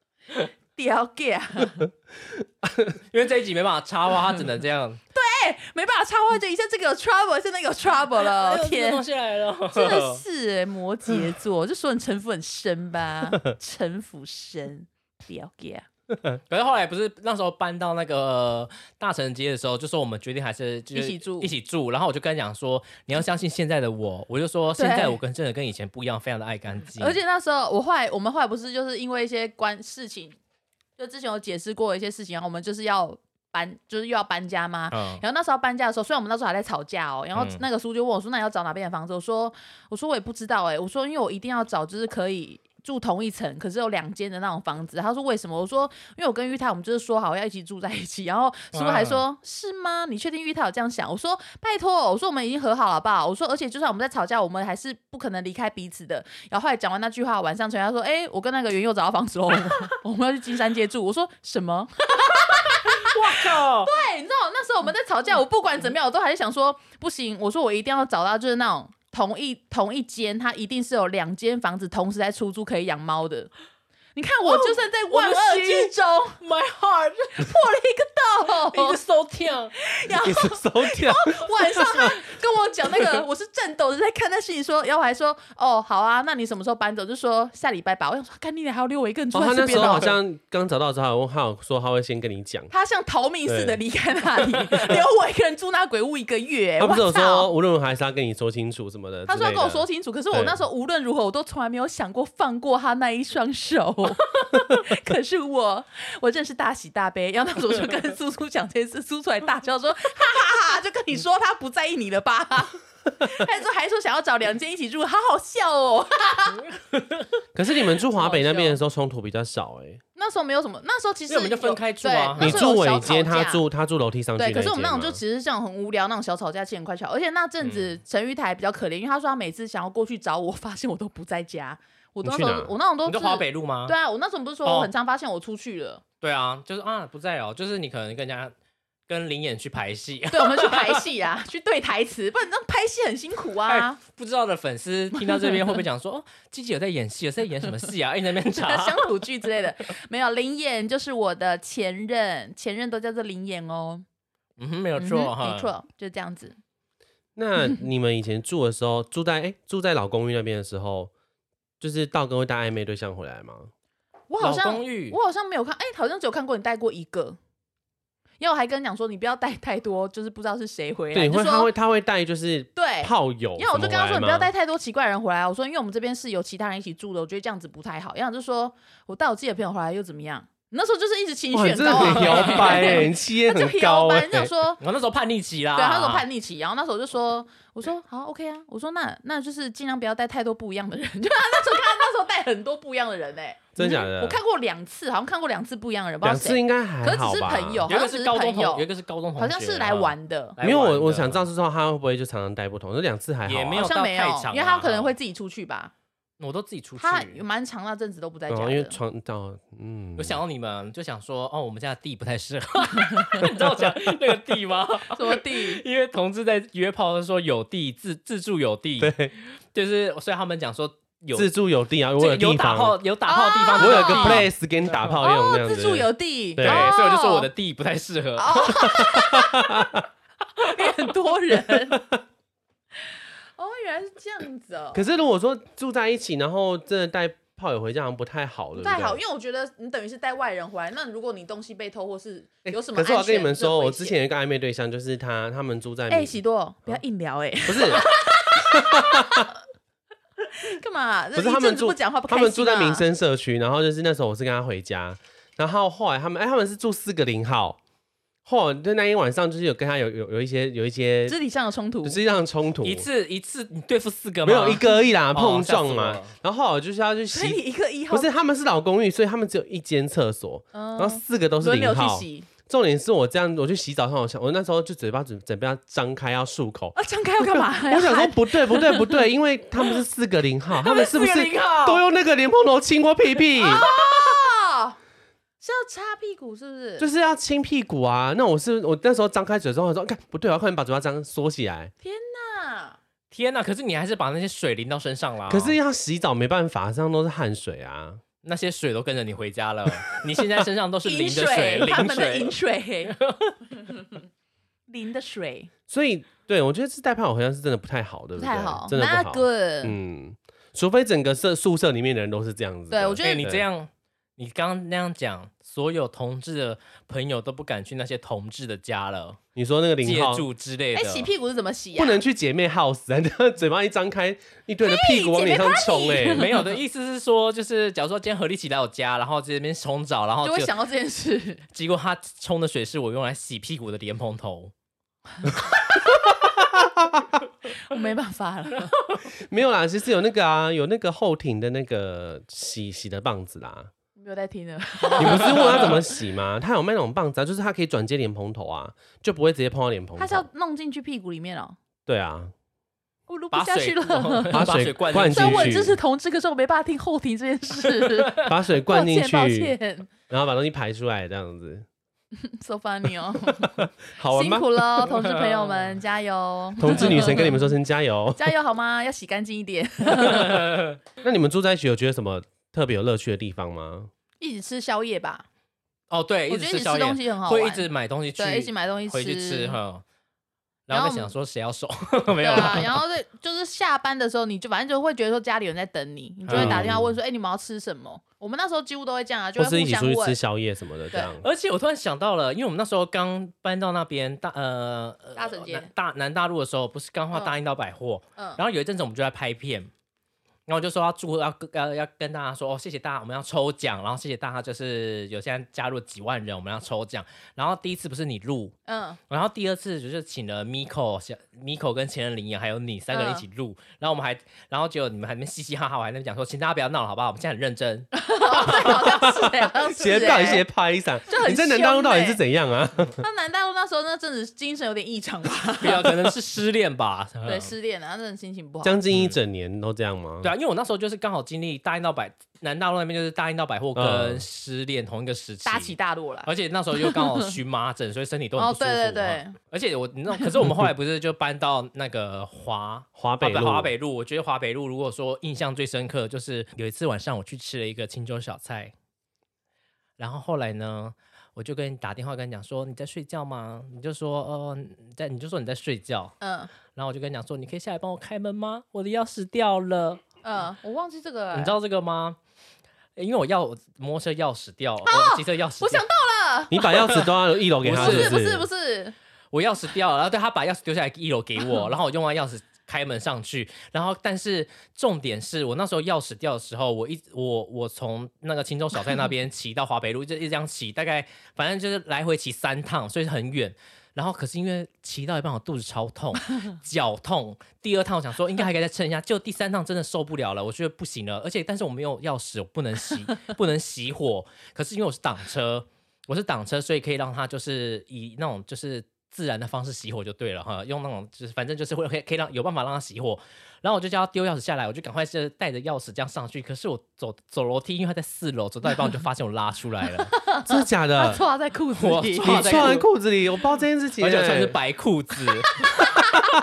Speaker 1: <laughs> 屌 gay 啊！
Speaker 3: 因为这一集没办法插话，它只能
Speaker 1: <laughs>
Speaker 3: 这样。
Speaker 1: 没办法插话，就一下这个有 trouble，现在有 trouble
Speaker 3: 哎
Speaker 1: 了，
Speaker 3: 呦
Speaker 1: 天
Speaker 3: 这个东！西来了，
Speaker 1: 真
Speaker 3: <laughs>
Speaker 1: 的是哎、摩羯座，就说你城府很深吧，城府深，屌 gay 啊！
Speaker 3: 可是后来不是那时候搬到那个呃大城街的时候，就说我们决定还是就是
Speaker 1: 一起住
Speaker 3: 一起住。然后我就跟他讲说，你要相信现在的我，我就说现
Speaker 1: 对
Speaker 3: 在我跟真的跟以前不一样，非常的爱干净。
Speaker 1: 而且那时候我后来我们后来不是就是因为一些关事情就之前有解释过一些事情，然后我们就是要搬，就是又要搬家嘛。
Speaker 3: 嗯，
Speaker 1: 然后那时候搬家的时候，虽然我们那时候还在吵架哦，然后
Speaker 3: 嗯
Speaker 1: 那个叔就问我说：“那你要找哪边的房子？”我说：“我说我也不知道哎、我说因为我一定要找就是可以住同一层，可是有两间的那种房子。”他说：“为什么？”我说：“因为我跟玉泰我们就是说好要一起住在一起。”然后叔还
Speaker 3: 嗯
Speaker 1: 说：“是吗？你确定玉泰有这样想？”我说：“拜托，我说我们已经和好了，好不好？我说而且就算我们在吵架，我们还是不可能离开彼此的。”然后后来讲完那句话，晚上陈他说：“哎、我跟那个袁佑找到房子哦，我们要去金山街住。”我说：“什么？”
Speaker 3: 我
Speaker 1: <laughs>
Speaker 3: 靠，
Speaker 1: 对，你知道那时候我们在吵架，我不管怎么样，我都还是想说不行，我说我一定要找到就是那种同一同一间，它一定是有两间房子同时在出租可以养猫的。你看，
Speaker 2: 哦
Speaker 1: 我就算在万恶之中、
Speaker 3: ，My <laughs> heart，哦
Speaker 1: 破 <laughs> 了一个
Speaker 3: 一直
Speaker 1: 洞，
Speaker 3: 收 <laughs> 跳，
Speaker 2: 一直收
Speaker 1: <laughs>
Speaker 2: 掉，哦
Speaker 1: 晚上他跟我讲那个，我是颤抖着在看那事情说，然后我还说哦好啊，那你什么时候搬走？就说下礼拜吧。我想说，干你俩还要留我一个人住
Speaker 2: 哦，他
Speaker 1: 在这
Speaker 2: 那时
Speaker 1: 边
Speaker 2: 候
Speaker 1: 哦
Speaker 2: 好像刚找到之后，他有说他会先跟你讲。
Speaker 1: 他像逃命似的
Speaker 2: 对
Speaker 1: 离开那里，留我一个人住那鬼屋一个月、欸。
Speaker 2: 他不是有
Speaker 1: 我操
Speaker 2: 说无哦论如何还是要跟你说清楚什么的之类的。
Speaker 1: 他说要跟我说清楚，可是我
Speaker 2: 对
Speaker 1: 那时候无论如何我都从来没有想过放过他那一双手。可是我我真是大喜大悲，然后那时候我就跟苏苏讲这次，苏苏还大笑说：“哈哈哈哈，就跟你说他不在意你了吧？”他说还说想要找梁间一起住，好好笑哦。
Speaker 2: 可是你们住华北那边的时候冲突比较少哎、
Speaker 1: 那时候没有什么，那时候其实
Speaker 3: 因为我们就分开住啊
Speaker 1: 对哦
Speaker 2: 你
Speaker 1: 那时候
Speaker 2: 住
Speaker 1: 有小
Speaker 2: 尾
Speaker 1: 吵
Speaker 2: 街，他
Speaker 1: 架
Speaker 2: 住他住楼梯上去
Speaker 1: 对，可是我们
Speaker 2: 那
Speaker 1: 那
Speaker 2: 一
Speaker 1: 种就 <laughs>
Speaker 2: 间吗
Speaker 1: 其实这种很无聊那种小吵架，见快巧。而且那阵
Speaker 3: 嗯
Speaker 1: 子陈玉台比较可怜，因为他说他每次想要过去找我， <laughs> 发现我都不在家。我
Speaker 2: 你
Speaker 1: 那
Speaker 2: 去
Speaker 1: 时候
Speaker 2: 哪
Speaker 1: 我那种都
Speaker 3: 你在
Speaker 1: 是
Speaker 3: 华北路吗？
Speaker 1: 对啊，我那时候不是说
Speaker 3: 哦
Speaker 1: 我很常发现我出去了，
Speaker 3: 对啊，就是啊不在哦，就是你可能跟人家跟林演去排戏， <laughs>
Speaker 1: 对，我们去排戏啊， <laughs> 去对台词，不然那拍戏很辛苦啊
Speaker 3: 哎。不知道的粉丝听到这边会不会讲说，哦，季姐有在演戏，有在演什么戏啊？哎，你在那边
Speaker 1: <laughs> 那乡
Speaker 3: 查，
Speaker 1: 土剧之类的，没有林演就是我的前任，前任都叫做林演哦，
Speaker 3: 嗯哼，没有
Speaker 1: 嗯
Speaker 3: 错
Speaker 1: 哼
Speaker 3: 哈，
Speaker 1: 没，错，就这样子。
Speaker 2: 那你们以前住的时候，住在哎、住在老公寓那边的时候，就是道哥会带暧昧对象回来吗？
Speaker 1: 我好
Speaker 3: 老
Speaker 1: 像
Speaker 3: 公寓
Speaker 1: 我好像没有看，哎、好像只有看过你带过一个，因为我还跟你讲说你不要带 <laughs> 太多，就是不知道是谁回来，
Speaker 2: 对，
Speaker 1: 就
Speaker 2: 会他
Speaker 1: 说
Speaker 2: 会他会带就是
Speaker 1: 对。
Speaker 2: 炮友，
Speaker 1: 因为我就跟他说，你不要带
Speaker 2: 带。
Speaker 1: 太多奇怪人回来。我说，因为我们这边是有其他人一起住的，我觉得这样子不太好。然后就说，我带我自己的朋友回来又怎么样？你那时候就是一直情绪
Speaker 2: 哇，你
Speaker 1: 很
Speaker 2: 真
Speaker 1: 高
Speaker 2: 的
Speaker 1: 啊，
Speaker 2: 很
Speaker 1: <laughs>
Speaker 2: 摇摆哎、
Speaker 1: 对
Speaker 2: 你气焰
Speaker 1: 他就
Speaker 2: 很
Speaker 1: 摇
Speaker 2: 高哎、
Speaker 1: 摆，就
Speaker 2: <laughs>
Speaker 1: 说。
Speaker 3: 哦我那时候叛逆期啦，
Speaker 1: 对，他
Speaker 2: 啊
Speaker 1: 说叛逆期，然后那时候我就说，我说好 OK 啊，我说那那就是尽量不要带太多不一样的人， <laughs> 就他那时候看他那时候带很多不一样的人哎、
Speaker 2: 真假的
Speaker 1: 我看过两次，好像看过两次不一样的人，不知
Speaker 2: 两
Speaker 1: 道
Speaker 2: 次
Speaker 1: 谁，
Speaker 2: 应该还
Speaker 1: 可是只
Speaker 2: 好
Speaker 1: 是
Speaker 2: 吧？
Speaker 1: 朋友，
Speaker 3: 有
Speaker 1: 好
Speaker 3: 一个
Speaker 1: 像
Speaker 3: 是
Speaker 1: 只
Speaker 3: 高中
Speaker 1: 朋
Speaker 3: 同，有一
Speaker 1: 友，
Speaker 3: 个是高中同学，
Speaker 1: 好像是来
Speaker 3: 嗯，
Speaker 1: 玩的，
Speaker 2: 没有我我
Speaker 3: 来玩的
Speaker 2: 想知道是说他会不会就常常带不同，这两次还好、啊，
Speaker 3: 也没有
Speaker 1: 好像没有
Speaker 3: 到太长，啊
Speaker 1: 因为他可能会自己出去吧，
Speaker 3: 我都自己出去。
Speaker 1: 他蛮长那阵子都不在家
Speaker 2: 哦，因为
Speaker 1: 的。
Speaker 2: 床到嗯，
Speaker 3: 我想到你们，就想说，哦，我们家的地不太适
Speaker 1: <laughs>
Speaker 3: 合，你知道我讲那个地吗？
Speaker 1: 什么 <laughs> 地？
Speaker 3: 因为同志在约炮，说有地自自助有地，
Speaker 2: 对
Speaker 3: 就是所以他们讲说有
Speaker 2: 自助有地啊，我
Speaker 3: 这
Speaker 2: 有
Speaker 3: 有
Speaker 2: 地
Speaker 3: 打
Speaker 2: 方，
Speaker 3: 炮有打炮的地方，
Speaker 2: 我有一个
Speaker 1: 哦
Speaker 2: place 给你打炮用那样子。
Speaker 1: 自助有地，
Speaker 2: 对
Speaker 3: 对，
Speaker 1: 哦
Speaker 3: 所以我就说我的地不太适合。
Speaker 1: 也很多人。
Speaker 3: <laughs>
Speaker 1: 哦，原来是这样子哦。
Speaker 2: 可是如果说住在一起，然后真的带炮友回家，好像不太好，
Speaker 1: 不
Speaker 2: 对对？
Speaker 1: 太好，因为我觉得你等于是带外人回来，那如果你东西被偷或是有什么
Speaker 2: 哎可
Speaker 1: 安全的危险，
Speaker 2: 是我要跟你们说，我之前有一个暧昧对象，就是他，他们住在
Speaker 1: 哎、
Speaker 2: 民
Speaker 1: 喜多不要硬聊哎、
Speaker 2: 不是
Speaker 1: 干嘛？
Speaker 2: 不
Speaker 1: 不
Speaker 2: 嗯是他们住
Speaker 1: 不讲话不开
Speaker 2: 他
Speaker 1: 心、啊、
Speaker 2: 们住在民生社区，然后就是那时候我是跟他回家，然后后来他们哎他们是住四个零号，后来就那一晚上就是有跟他有有有一些有一些
Speaker 1: 肢体上的冲突，
Speaker 2: 就是这样冲突，
Speaker 3: 一次一次你对付四个吗？
Speaker 2: 没有一个而已啦
Speaker 3: 哦
Speaker 2: 碰撞
Speaker 3: 吓死
Speaker 2: 嘛
Speaker 3: 我了，
Speaker 2: 然后后来我就是要去
Speaker 1: 所以
Speaker 2: 洗
Speaker 1: 你。一个一号
Speaker 2: 不是，他们是老公寓，所以他们只有一间厕所，
Speaker 1: 嗯
Speaker 2: 然后四个都是
Speaker 1: 轮流
Speaker 2: 零
Speaker 1: 去
Speaker 2: 号。
Speaker 1: 洗
Speaker 2: 重点是我这样，我去洗澡上，我想我那时候就嘴巴准准备要张开要漱口，
Speaker 1: 啊，张开要干嘛？
Speaker 2: <laughs> 我想说不对不对不对，因为他们是四个
Speaker 1: <laughs>
Speaker 2: 零号，他们是不是
Speaker 1: 四个零号
Speaker 2: 都用那个莲蓬头亲过屁
Speaker 1: <laughs>
Speaker 2: 屁？
Speaker 1: 哦是要擦屁股是不是？
Speaker 2: 啊就是要亲屁股啊！那我是我那时候张开嘴之后，我说看不对，我啊要快点把嘴巴张缩起来。
Speaker 1: 天哪！
Speaker 3: 天哪！可是你还是把那些水淋到身上
Speaker 1: 哦
Speaker 3: 啦。
Speaker 2: 可是要洗澡没办法，身上都是汗水啊。
Speaker 3: 那些水都跟着你回家了，你现在身上都是淋
Speaker 1: 饮
Speaker 3: 的水，
Speaker 1: 他
Speaker 3: 淋
Speaker 1: 们的饮
Speaker 3: 水。
Speaker 1: 水， <laughs> 淋的水
Speaker 2: 所以对我觉得这带炮好像是真的不太好，对
Speaker 1: 不
Speaker 2: 对？
Speaker 1: 太好
Speaker 2: 真的
Speaker 1: ，not
Speaker 2: 不好。嗯
Speaker 1: good。
Speaker 2: 嗯，除非整个社宿舍里面的人都是这样子的。
Speaker 1: 对我觉得
Speaker 3: 哎，你这样你刚刚那样讲，所有同志的朋友都不敢去那些同志的家了，
Speaker 2: 你说那个
Speaker 3: 借
Speaker 2: 零号
Speaker 3: 住之类
Speaker 1: 哎，
Speaker 3: 的。
Speaker 1: 洗屁股是怎么洗呀？
Speaker 2: 不能去姐妹 house，啊你这样嘴巴一张开，一堆人的屁股往脸上冲，哎，
Speaker 3: 没
Speaker 1: <laughs>
Speaker 3: 有的意思是说，就是假如说今天何丽琪来我家，然后在那边冲澡，然后
Speaker 1: 就会
Speaker 3: 就
Speaker 1: 想到这件事。
Speaker 3: 结果她冲的水是我用来洗屁股的莲蓬头，
Speaker 1: <laughs> 我没办法了，
Speaker 2: 没有啦，其实有那个啊，有那个后庭的那个洗洗的棒子啦。
Speaker 1: 没有在听了。
Speaker 2: <laughs> 你不是问他怎么洗吗？他有卖那种棒子啊，就是它可以转接莲蓬头啊，就不会直接碰到莲蓬头。
Speaker 1: 他是要弄进去屁股里面哦，
Speaker 2: 对啊，
Speaker 1: 我录不
Speaker 3: <laughs> 把
Speaker 1: 下
Speaker 3: 水
Speaker 1: 去了。
Speaker 2: 把水
Speaker 3: 水灌
Speaker 2: 灌
Speaker 3: 进
Speaker 1: 虽然
Speaker 2: 进
Speaker 1: 我
Speaker 2: 去
Speaker 1: 支持同志，可是我没办法听后庭这件事。
Speaker 2: 把水
Speaker 1: 抱
Speaker 2: 灌进
Speaker 1: 歉，抱
Speaker 2: 去，
Speaker 1: 歉
Speaker 2: 然后把东西排出来，这样子
Speaker 1: ，so funny 哦，
Speaker 2: 好啊玩
Speaker 1: 辛
Speaker 2: 吗？
Speaker 1: 苦了，同志朋友们，加油，。
Speaker 2: 同志女神跟你们说声加油
Speaker 1: 加油好吗？要洗干净一点， <laughs>
Speaker 2: 那你们住在一起有觉得什么特别有乐趣的地方吗？
Speaker 1: 一起吃宵夜吧。
Speaker 3: <laughs> 哦，对，
Speaker 1: 我
Speaker 3: 一
Speaker 1: 觉得
Speaker 3: 直
Speaker 1: 你
Speaker 3: 吃
Speaker 1: 吃
Speaker 3: 宵夜
Speaker 1: 东西很好玩，
Speaker 3: 会一直买东西去，
Speaker 1: 对，一起啊买东西
Speaker 3: 回去吃哈。然
Speaker 1: 然
Speaker 3: 后
Speaker 1: 后
Speaker 3: 在想说
Speaker 1: <laughs>
Speaker 3: 谁要手没
Speaker 1: 对
Speaker 3: 有
Speaker 1: 啊，
Speaker 3: 啦， <laughs>
Speaker 1: 然后对，就是下班的时候，你就反正就会觉得说家里有人在等你，你就会打电话问说，哎、你们要吃什么？我们那时候几乎都会这样啊，就
Speaker 2: 或
Speaker 1: 会
Speaker 2: 是一
Speaker 1: 互
Speaker 2: 起
Speaker 1: 相
Speaker 2: 出去吃
Speaker 1: 问。
Speaker 2: 宵夜什么的这样？
Speaker 3: 而且我突然想到了，因为我们那时候刚搬到那边大呃呃
Speaker 1: 大城街
Speaker 3: 南大南大陆的时候，不是刚画
Speaker 1: 嗯
Speaker 3: 大英岛百货，
Speaker 1: 嗯
Speaker 3: 然后有一阵子我们就在拍片，然后我就说要祝要要要跟大家说哦，谢谢大家，我们要抽奖，然后谢谢大家，就是有现在加入几万人，我们要抽奖。然后第一次不是你录，
Speaker 1: 嗯，
Speaker 3: 然后第二次就是请了 Miko 小 Miko 跟前任林颖还有你三个人一起
Speaker 1: 嗯
Speaker 3: 录，然后我们还，然后结果你们还在那边嘻嘻哈哈，我还在那边讲说，请大家不要闹了，好不好？我们现在很
Speaker 1: <laughs>
Speaker 3: 认真。
Speaker 1: 对，好像是哎、好像是、
Speaker 2: 鞋
Speaker 1: 欸。
Speaker 2: 到底鞋拍散
Speaker 1: 就，很
Speaker 2: 你在南大陆到底
Speaker 1: 凶
Speaker 2: 是
Speaker 1: 欸
Speaker 2: 怎样啊？
Speaker 1: 那南大陆那时候那阵子精神有点异常吧？
Speaker 3: <laughs> 不要，可能是失恋吧。
Speaker 1: 对，
Speaker 3: 嗯
Speaker 1: 失恋啊了，那阵子心情不好。
Speaker 2: 将近一整年都这样吗？
Speaker 3: 对啊，因为我那时候就是刚好经历大英到百南大陆那边就是大英到百货跟
Speaker 2: 嗯
Speaker 3: 失恋同一个时期，
Speaker 1: 大起大落了。
Speaker 3: 而且那时候又刚好荨麻疹，所以身体都很
Speaker 1: 哦，
Speaker 3: 不舒服。
Speaker 1: 对对对，，
Speaker 3: 而且我那可是我们后来不是就搬到那个华
Speaker 2: 华
Speaker 3: 华
Speaker 2: 北
Speaker 3: 北
Speaker 2: 路，
Speaker 3: 华北路，我觉得华北路如果说印象最深刻，就是有一次晚上我去吃了一个青州小菜，然后后来呢，我就跟你打电话跟你讲说你在睡觉吗？你就说呃你在，你就说你在睡觉，
Speaker 1: 嗯
Speaker 3: 然后我就跟你讲说你可以下来帮我开门吗？我的钥匙掉了，
Speaker 1: 嗯，我忘记这个了、
Speaker 3: 你知道这个吗？因为我要摩托车钥匙掉，我的机车钥匙掉，
Speaker 1: 哦我想到了，
Speaker 2: <laughs> 你把钥匙都到一楼给他，
Speaker 1: 不
Speaker 2: 是
Speaker 1: 是不是
Speaker 2: 是
Speaker 1: 不
Speaker 3: 嗯
Speaker 1: 是，
Speaker 3: 我钥匙掉了，然后对他把钥匙丢下来一楼给我，然后我用完钥匙开门上去，然后但是重点是我那时候钥匙掉的时候，我一我我从那个青州小菜那边骑到华北路，就一直这样骑，大概反正就是来回骑三趟，所以很远。然后可是因为骑到一半，我肚子超痛，脚痛。第二趟我想说应该还可以再撑一下，就第三趟真的受不了了，我觉得不行了。而且但是我没有钥匙，我不能熄， <laughs> 不能熄火。可是因为我是挡车，我是挡车，所以可以让它就是以那种就是自然的方式熄火就对了哈，用那种就是反正就是会可以可以让有办法让它熄火。然后我就叫他丢钥匙下来，我就赶快是带着钥匙这样上去。可是我走走楼梯，因为他在四楼，走到一半我就发现我拉出来了，
Speaker 2: 真的假
Speaker 1: 他
Speaker 2: 的？
Speaker 1: 错在裤子
Speaker 3: 我
Speaker 1: 里，
Speaker 2: 你
Speaker 3: 错
Speaker 2: 穿
Speaker 3: 在
Speaker 2: 在裤子里，我不知道这件事情欸。
Speaker 3: 而且我穿的是白裤子。 <laughs>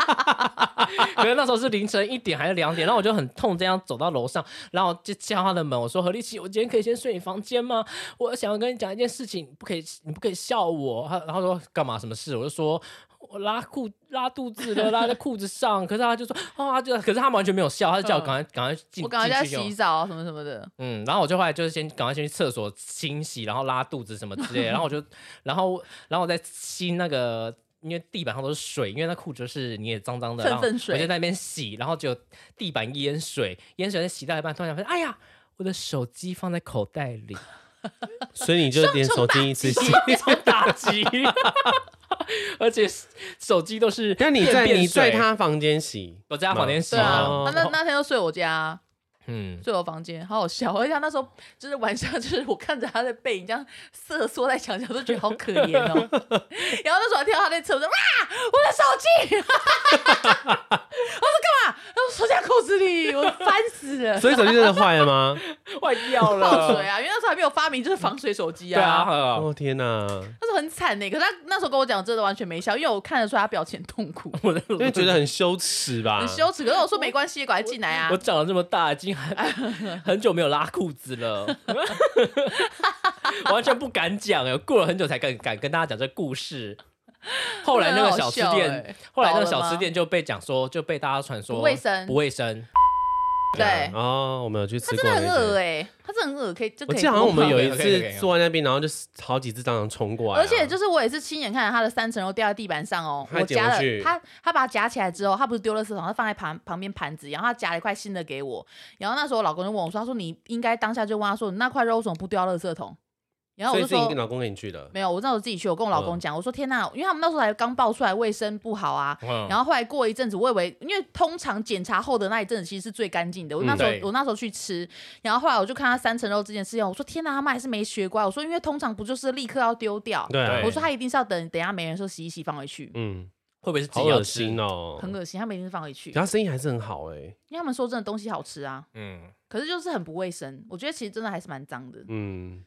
Speaker 3: 可是那时候是凌晨一点还是两点，然后我就很痛，这样走到楼上，然后就敲他的门，我说何立奇，我今天可以先睡你房间吗？我想要跟你讲一件事情，不可以，你不可以笑我。他然后说干嘛？什么事？我就说。我拉裤拉肚子了，拉在裤子上。可是他就说啊，他就可是他完全没有笑，他就叫我赶快赶快进
Speaker 1: 嗯我赶快
Speaker 3: 进
Speaker 1: 在
Speaker 3: 去用
Speaker 1: 洗澡啊什么什么的。
Speaker 3: 嗯，然后我就后来就是先赶快先去厕所清洗，然后拉肚子什么之类的，然后我
Speaker 1: <laughs>
Speaker 3: 就，然后然后我再吸那个，因为地板上都是水，因为那裤子是你也脏脏的，
Speaker 1: 粪
Speaker 3: 然后
Speaker 1: 粪水
Speaker 3: 我就在那边洗，然后就地板淹水，淹水在洗到一半，突然想发现，哎呀，我的手机放在口袋
Speaker 1: <laughs>
Speaker 3: 里，
Speaker 2: 所以你就连手机一起洗。
Speaker 3: 一种打击， <laughs> 而且手机都是
Speaker 2: 那你在
Speaker 3: 便便
Speaker 2: 你在
Speaker 3: 水，
Speaker 2: 他房间洗，
Speaker 3: 我在他房间洗
Speaker 1: 对啊
Speaker 3: 啊，
Speaker 2: 哦，
Speaker 1: 他那那天就睡我家，啊
Speaker 3: 嗯，
Speaker 1: 睡我房间，好好笑。而且他那时候就是晚上，就是我看着他的背影这样瑟缩在墙角，都觉得好可怜哦。 <laughs> 然后那时候还听到他在车，我说哇，我的手机！我 <laughs> 说干嘛？他说收在裤子里，我烦死
Speaker 3: <laughs>
Speaker 1: 了。
Speaker 2: 所以手机真的坏了 <laughs> 吗？
Speaker 3: 坏掉
Speaker 1: 泡水
Speaker 3: 了，
Speaker 1: 啊，因为那时候还没有发明就是防水手机
Speaker 3: 对啊，呃
Speaker 2: 哦天哪，
Speaker 1: 那时候很惨呢、可是他那时候跟我讲，真的完全没笑，因为我看得出来他表情很痛苦，
Speaker 3: 我的
Speaker 2: 因为觉得很羞耻吧？
Speaker 1: 很羞耻。可是我说没关系，赶快进来啊
Speaker 3: 我！长了这么大，已经很
Speaker 1: <laughs>
Speaker 3: 很久没有拉裤子了， <laughs> 完全不敢讲哎，过了很久才敢敢跟大家讲这故事。后来那个小吃
Speaker 1: 真的很好笑
Speaker 3: 店，
Speaker 1: 欸
Speaker 3: 后来那个
Speaker 1: 饱了
Speaker 3: 小
Speaker 1: 吗
Speaker 3: 吃店就被讲说，就被大家传说
Speaker 1: 不卫生
Speaker 3: 不卫生。
Speaker 1: 对，
Speaker 2: 哦，我们有去
Speaker 1: 它
Speaker 2: 吃
Speaker 1: 真
Speaker 2: 过
Speaker 1: 的
Speaker 2: 那
Speaker 1: 很恶
Speaker 2: 间。
Speaker 1: 哎、它真的很恶，可以就
Speaker 2: 我
Speaker 1: 可以。
Speaker 2: 记得好像我们有一
Speaker 3: OK，OK，OK，OK
Speaker 2: 次坐在那边，然后就是好几只蟑螂冲过来啊，
Speaker 1: 而且就是我也是亲眼看着他的三层肉掉在地板上哦，
Speaker 2: 他
Speaker 1: 我
Speaker 2: 还捡
Speaker 1: 夹了
Speaker 2: 回去
Speaker 1: 他，他把它夹起来之后，他不是丢了圾桶，他放在旁旁边盘子，然后他夹了一块新的给我，然后那时候我老公就问我说，他说你应该当下就问他说你那块肉为什么不丢到垃圾桶？然后
Speaker 2: 所
Speaker 1: 我就
Speaker 2: 以
Speaker 1: 是
Speaker 2: 你
Speaker 1: 说
Speaker 2: 跟老公给你去的，
Speaker 1: 没有，我那时候自己去，我跟我老
Speaker 2: 嗯
Speaker 1: 公讲，我说天呐，因为他们那时候才刚爆出来卫生不好啊。
Speaker 3: 嗯，
Speaker 1: 然后后来过一阵子，我以为因为通常检查后的那一阵子其实是最干净的。我
Speaker 2: 嗯
Speaker 1: 那时候、
Speaker 3: 对
Speaker 1: 我那时候去吃，然后后来我就看他三层肉这件事情，我说天呐，他们还是没学乖。我说因为通常不就是立刻要丢掉，
Speaker 2: 对啊
Speaker 3: 对，
Speaker 1: 我说他一定是要等等一下没人的时候洗一洗放回去，
Speaker 2: 嗯，
Speaker 3: 会不会是自
Speaker 2: 好
Speaker 3: 己要
Speaker 2: 恶
Speaker 3: 吃？
Speaker 2: 心哦，
Speaker 1: 很恶心，他们一定是放回去，
Speaker 2: 可他生意还是很好哎、
Speaker 1: 因为他们说真的东西好吃啊，
Speaker 3: 嗯，
Speaker 1: 可是就是很不卫生。我觉得其实真的还是蛮脏的，
Speaker 2: 嗯，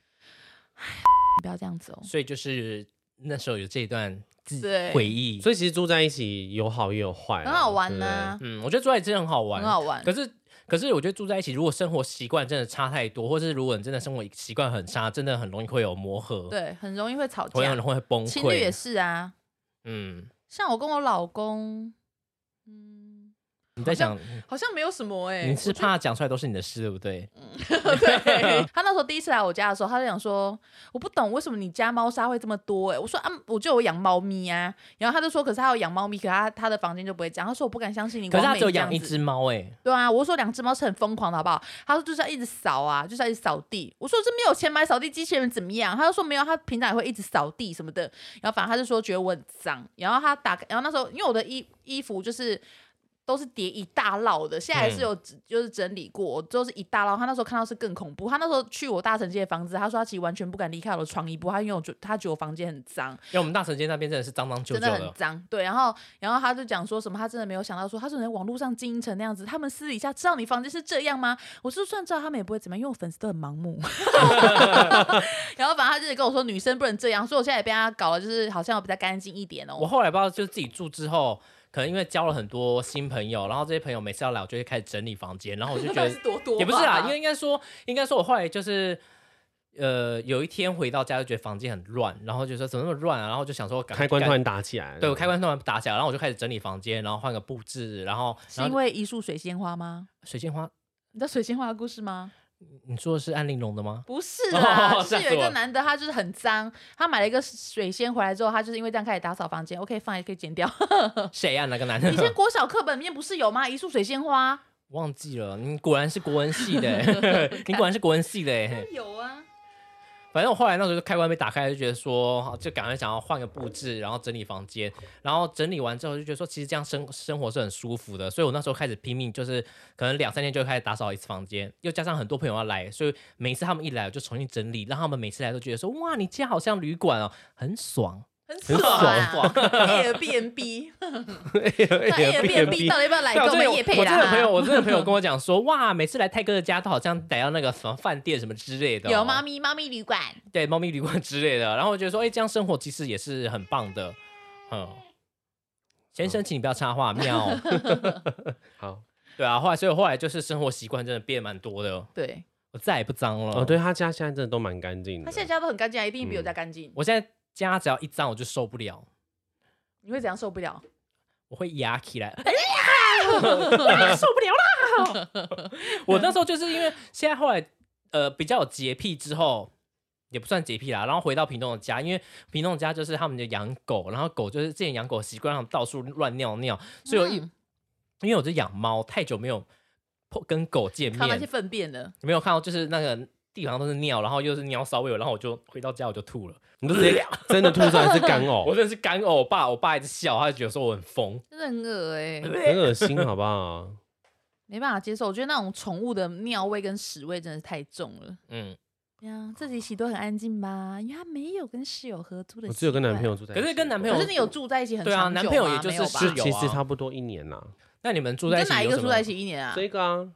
Speaker 1: 你不要这样子哦。
Speaker 3: 所以就是那时候有这一段自
Speaker 1: 对
Speaker 3: 回忆，
Speaker 2: 所以其实住在一起有好也有坏啊、
Speaker 1: 很好玩呢、
Speaker 3: 嗯，我觉得住在一起真的很好玩，
Speaker 1: 哦很好玩
Speaker 3: 可是，可是我觉得住在一起，如果生活习惯真的差太多，或是如果你真的生活习惯很差，真的很容易会有磨合，，
Speaker 1: 对，很容易会吵
Speaker 3: 会很
Speaker 1: 架，
Speaker 3: 容易会崩溃。
Speaker 1: 情侣也是啊。
Speaker 3: 嗯，
Speaker 1: 像我跟我老公，嗯，
Speaker 3: 你在想，
Speaker 1: 好像没有什么哎、
Speaker 3: 你是怕讲出来都是你的事，对不对？
Speaker 1: <laughs>
Speaker 3: <laughs>
Speaker 1: 对，他那时候第一次来我家的时候，他就想说，我不懂为什么你家猫砂会这么多哎、我说啊，我就有养猫咪啊。然后他就说，可是他有养猫咪，可他他的房间就不会这样。他说我不敢相信你，
Speaker 3: 可是他只有
Speaker 1: 王美这样
Speaker 3: 养一
Speaker 1: 子
Speaker 3: 只猫，哎，
Speaker 1: 对啊，我说两只猫是很疯狂的好不好？他说就是要一直扫啊，就是要一直扫地。我说这没有钱买扫地机器人怎么样？他就说没有，他平常也会一直扫地什么的。然后反正他就说觉得我很脏。然后他打开，然后那时候因为我的衣衣服就是都是叠一大摞的，现在还是有、就是整理过，就是一大摞。他那时候看到是更恐怖。他那时候去我大城街的房子，他说他其实完全不敢离开我的床一步，他因为我觉他觉得我房间很脏。
Speaker 3: 因为我们大城街那边真的是脏脏旧
Speaker 1: 真
Speaker 3: 旧
Speaker 1: 的很
Speaker 3: 的，
Speaker 1: 脏，对。然后，然后他就讲说什么，他真的没有想到说，他说你在网络上经营成那样子，他们私底下知道你房间是这样吗？我说算知道，他们也不会怎么样，因为我粉丝都很盲
Speaker 3: <laughs>
Speaker 1: 目。 <laughs> 然后反正他就是跟我说，女生不能这样，所以我现在也被他搞了，就是好像我比较干净一点
Speaker 3: 我
Speaker 1: 哦。
Speaker 3: 后来不知道，就是自己住之后。可能因为交了很多新朋友，然后这些朋友每次要来，我就会开始整理房间，然后
Speaker 1: <laughs>
Speaker 3: 我就觉得
Speaker 1: 是多多吧啊
Speaker 3: 也不是啦，因为应该说，应该说我后来就是。呃，有一天回到家就觉得房间很乱，然后就说怎么那么乱啊，然后就想说赶
Speaker 2: 开关突
Speaker 3: 赶
Speaker 2: 然打起来了，
Speaker 3: 对我
Speaker 2: <laughs>
Speaker 3: 开关突然打起来，然后我就开始整理房间，然后换个布置，然后
Speaker 1: 是
Speaker 3: 然
Speaker 1: 因
Speaker 3: 后
Speaker 1: 为一束水仙花吗？
Speaker 3: 水仙花，
Speaker 1: 你知道水仙花的故事吗？
Speaker 3: 你说的是安陵容的吗？
Speaker 1: 不是啦，
Speaker 3: 哦 <laughs>
Speaker 1: 就是
Speaker 3: 吓
Speaker 1: 有
Speaker 3: 死
Speaker 1: 一
Speaker 3: 我
Speaker 1: 个
Speaker 3: 了
Speaker 1: 男的，他就是很脏，他买了一个水仙回来之后，他就是因为这样开始打扫房间。OK，放也可以剪掉。 <laughs>
Speaker 3: 谁啊？哪个男
Speaker 1: 以前
Speaker 3: 的？
Speaker 1: 国小课本里面不是有吗？一束水仙花。
Speaker 3: <laughs> 忘记了，你果然是国文系的欸， <laughs> 你果然是国文系的欸。
Speaker 1: 有啊，
Speaker 3: 反正我后来那时候就开关被打开，就觉得说，就赶快想要换个布置，然后整理房间，然后整理完之后就觉得说，其实这样生生活是很舒服的。所以我那时候开始拼命，就是可能两三天就开始打扫一次房间，又加上很多朋友要来，所以每次他们一来我就重新整理，让他们每次来都觉得说，哇，你家好像旅馆哦，很爽。
Speaker 1: 很
Speaker 2: 爽啊
Speaker 1: 啊 Airbnb，那 Airbnb 到底要不要来跟
Speaker 3: 对啊
Speaker 1: 我
Speaker 3: 真的有
Speaker 1: 们也配
Speaker 3: 我真的朋友，
Speaker 1: 啦？
Speaker 3: 我真的朋友跟我讲说，哇，每次来泰哥的家都好像来到那个什么饭店什么之类的、哦
Speaker 1: 有猫？咪猫咪旅馆，
Speaker 3: 对，猫咪旅馆之类的。然后我觉得说，哎、这样生活其实也是很棒的。嗯，先
Speaker 2: 嗯
Speaker 3: 生，请你不要插话，喵。
Speaker 2: 好
Speaker 3: 对啊，后来所以后来就是生活习惯真的变蛮多的，
Speaker 1: 对，
Speaker 3: 我再也不脏了。
Speaker 2: 哦，，对他家现在真的都蛮干净的，
Speaker 1: 他现在家都很干净，啊，一定比我家干净。
Speaker 3: 我现在家只要一脏我就受不了，
Speaker 1: 你会怎样受不了？
Speaker 3: 我会压起来，哎呀，受不了啦！我那时候就是因为现在后来呃比较有洁癖之后，也不算洁癖啦，然后回到屏东的家，因为屏东的家就是他们就养狗，然后狗就是之前养狗习惯让他们到处乱尿尿，所以我一、
Speaker 1: 嗯
Speaker 3: 因为我就养猫，太久没有跟狗见
Speaker 1: 看到那些
Speaker 3: 面，
Speaker 1: 粪便了，
Speaker 3: 没有看到就是那个地方都是尿，然后又是尿骚味，然后我就回到家我就吐了，
Speaker 2: 你就直接 <laughs> 真的吐出来是干
Speaker 3: <laughs>
Speaker 1: 哦
Speaker 3: 我
Speaker 2: 呕，
Speaker 3: 真的是干呕，我爸我爸一直笑，他就觉得说我很疯。
Speaker 1: 真的很恶哎，
Speaker 2: 很恶心，好不好？
Speaker 1: 没办法接受。我觉得那种宠物的尿味跟屎味真的是太重了。
Speaker 3: 嗯，
Speaker 1: 对啊，自己洗都很安静吧，因为他没有跟室友合租的。
Speaker 2: 我只有跟男朋。友住在一起，
Speaker 3: 可是跟男朋友
Speaker 1: 可是你有住在一起很
Speaker 3: 对啊
Speaker 1: 长久
Speaker 3: 男朋友
Speaker 1: 吗
Speaker 3: 也就是
Speaker 1: 没有吧
Speaker 3: 室友
Speaker 2: 其
Speaker 3: 啊
Speaker 2: 实差不多一年啦。
Speaker 3: 那你们住
Speaker 1: 你
Speaker 3: 在一
Speaker 1: 跟
Speaker 3: 起
Speaker 1: 哪一
Speaker 3: 有
Speaker 1: 个
Speaker 3: 什
Speaker 1: 住
Speaker 3: 么
Speaker 1: 在一？起一年啊？
Speaker 2: 这个啊，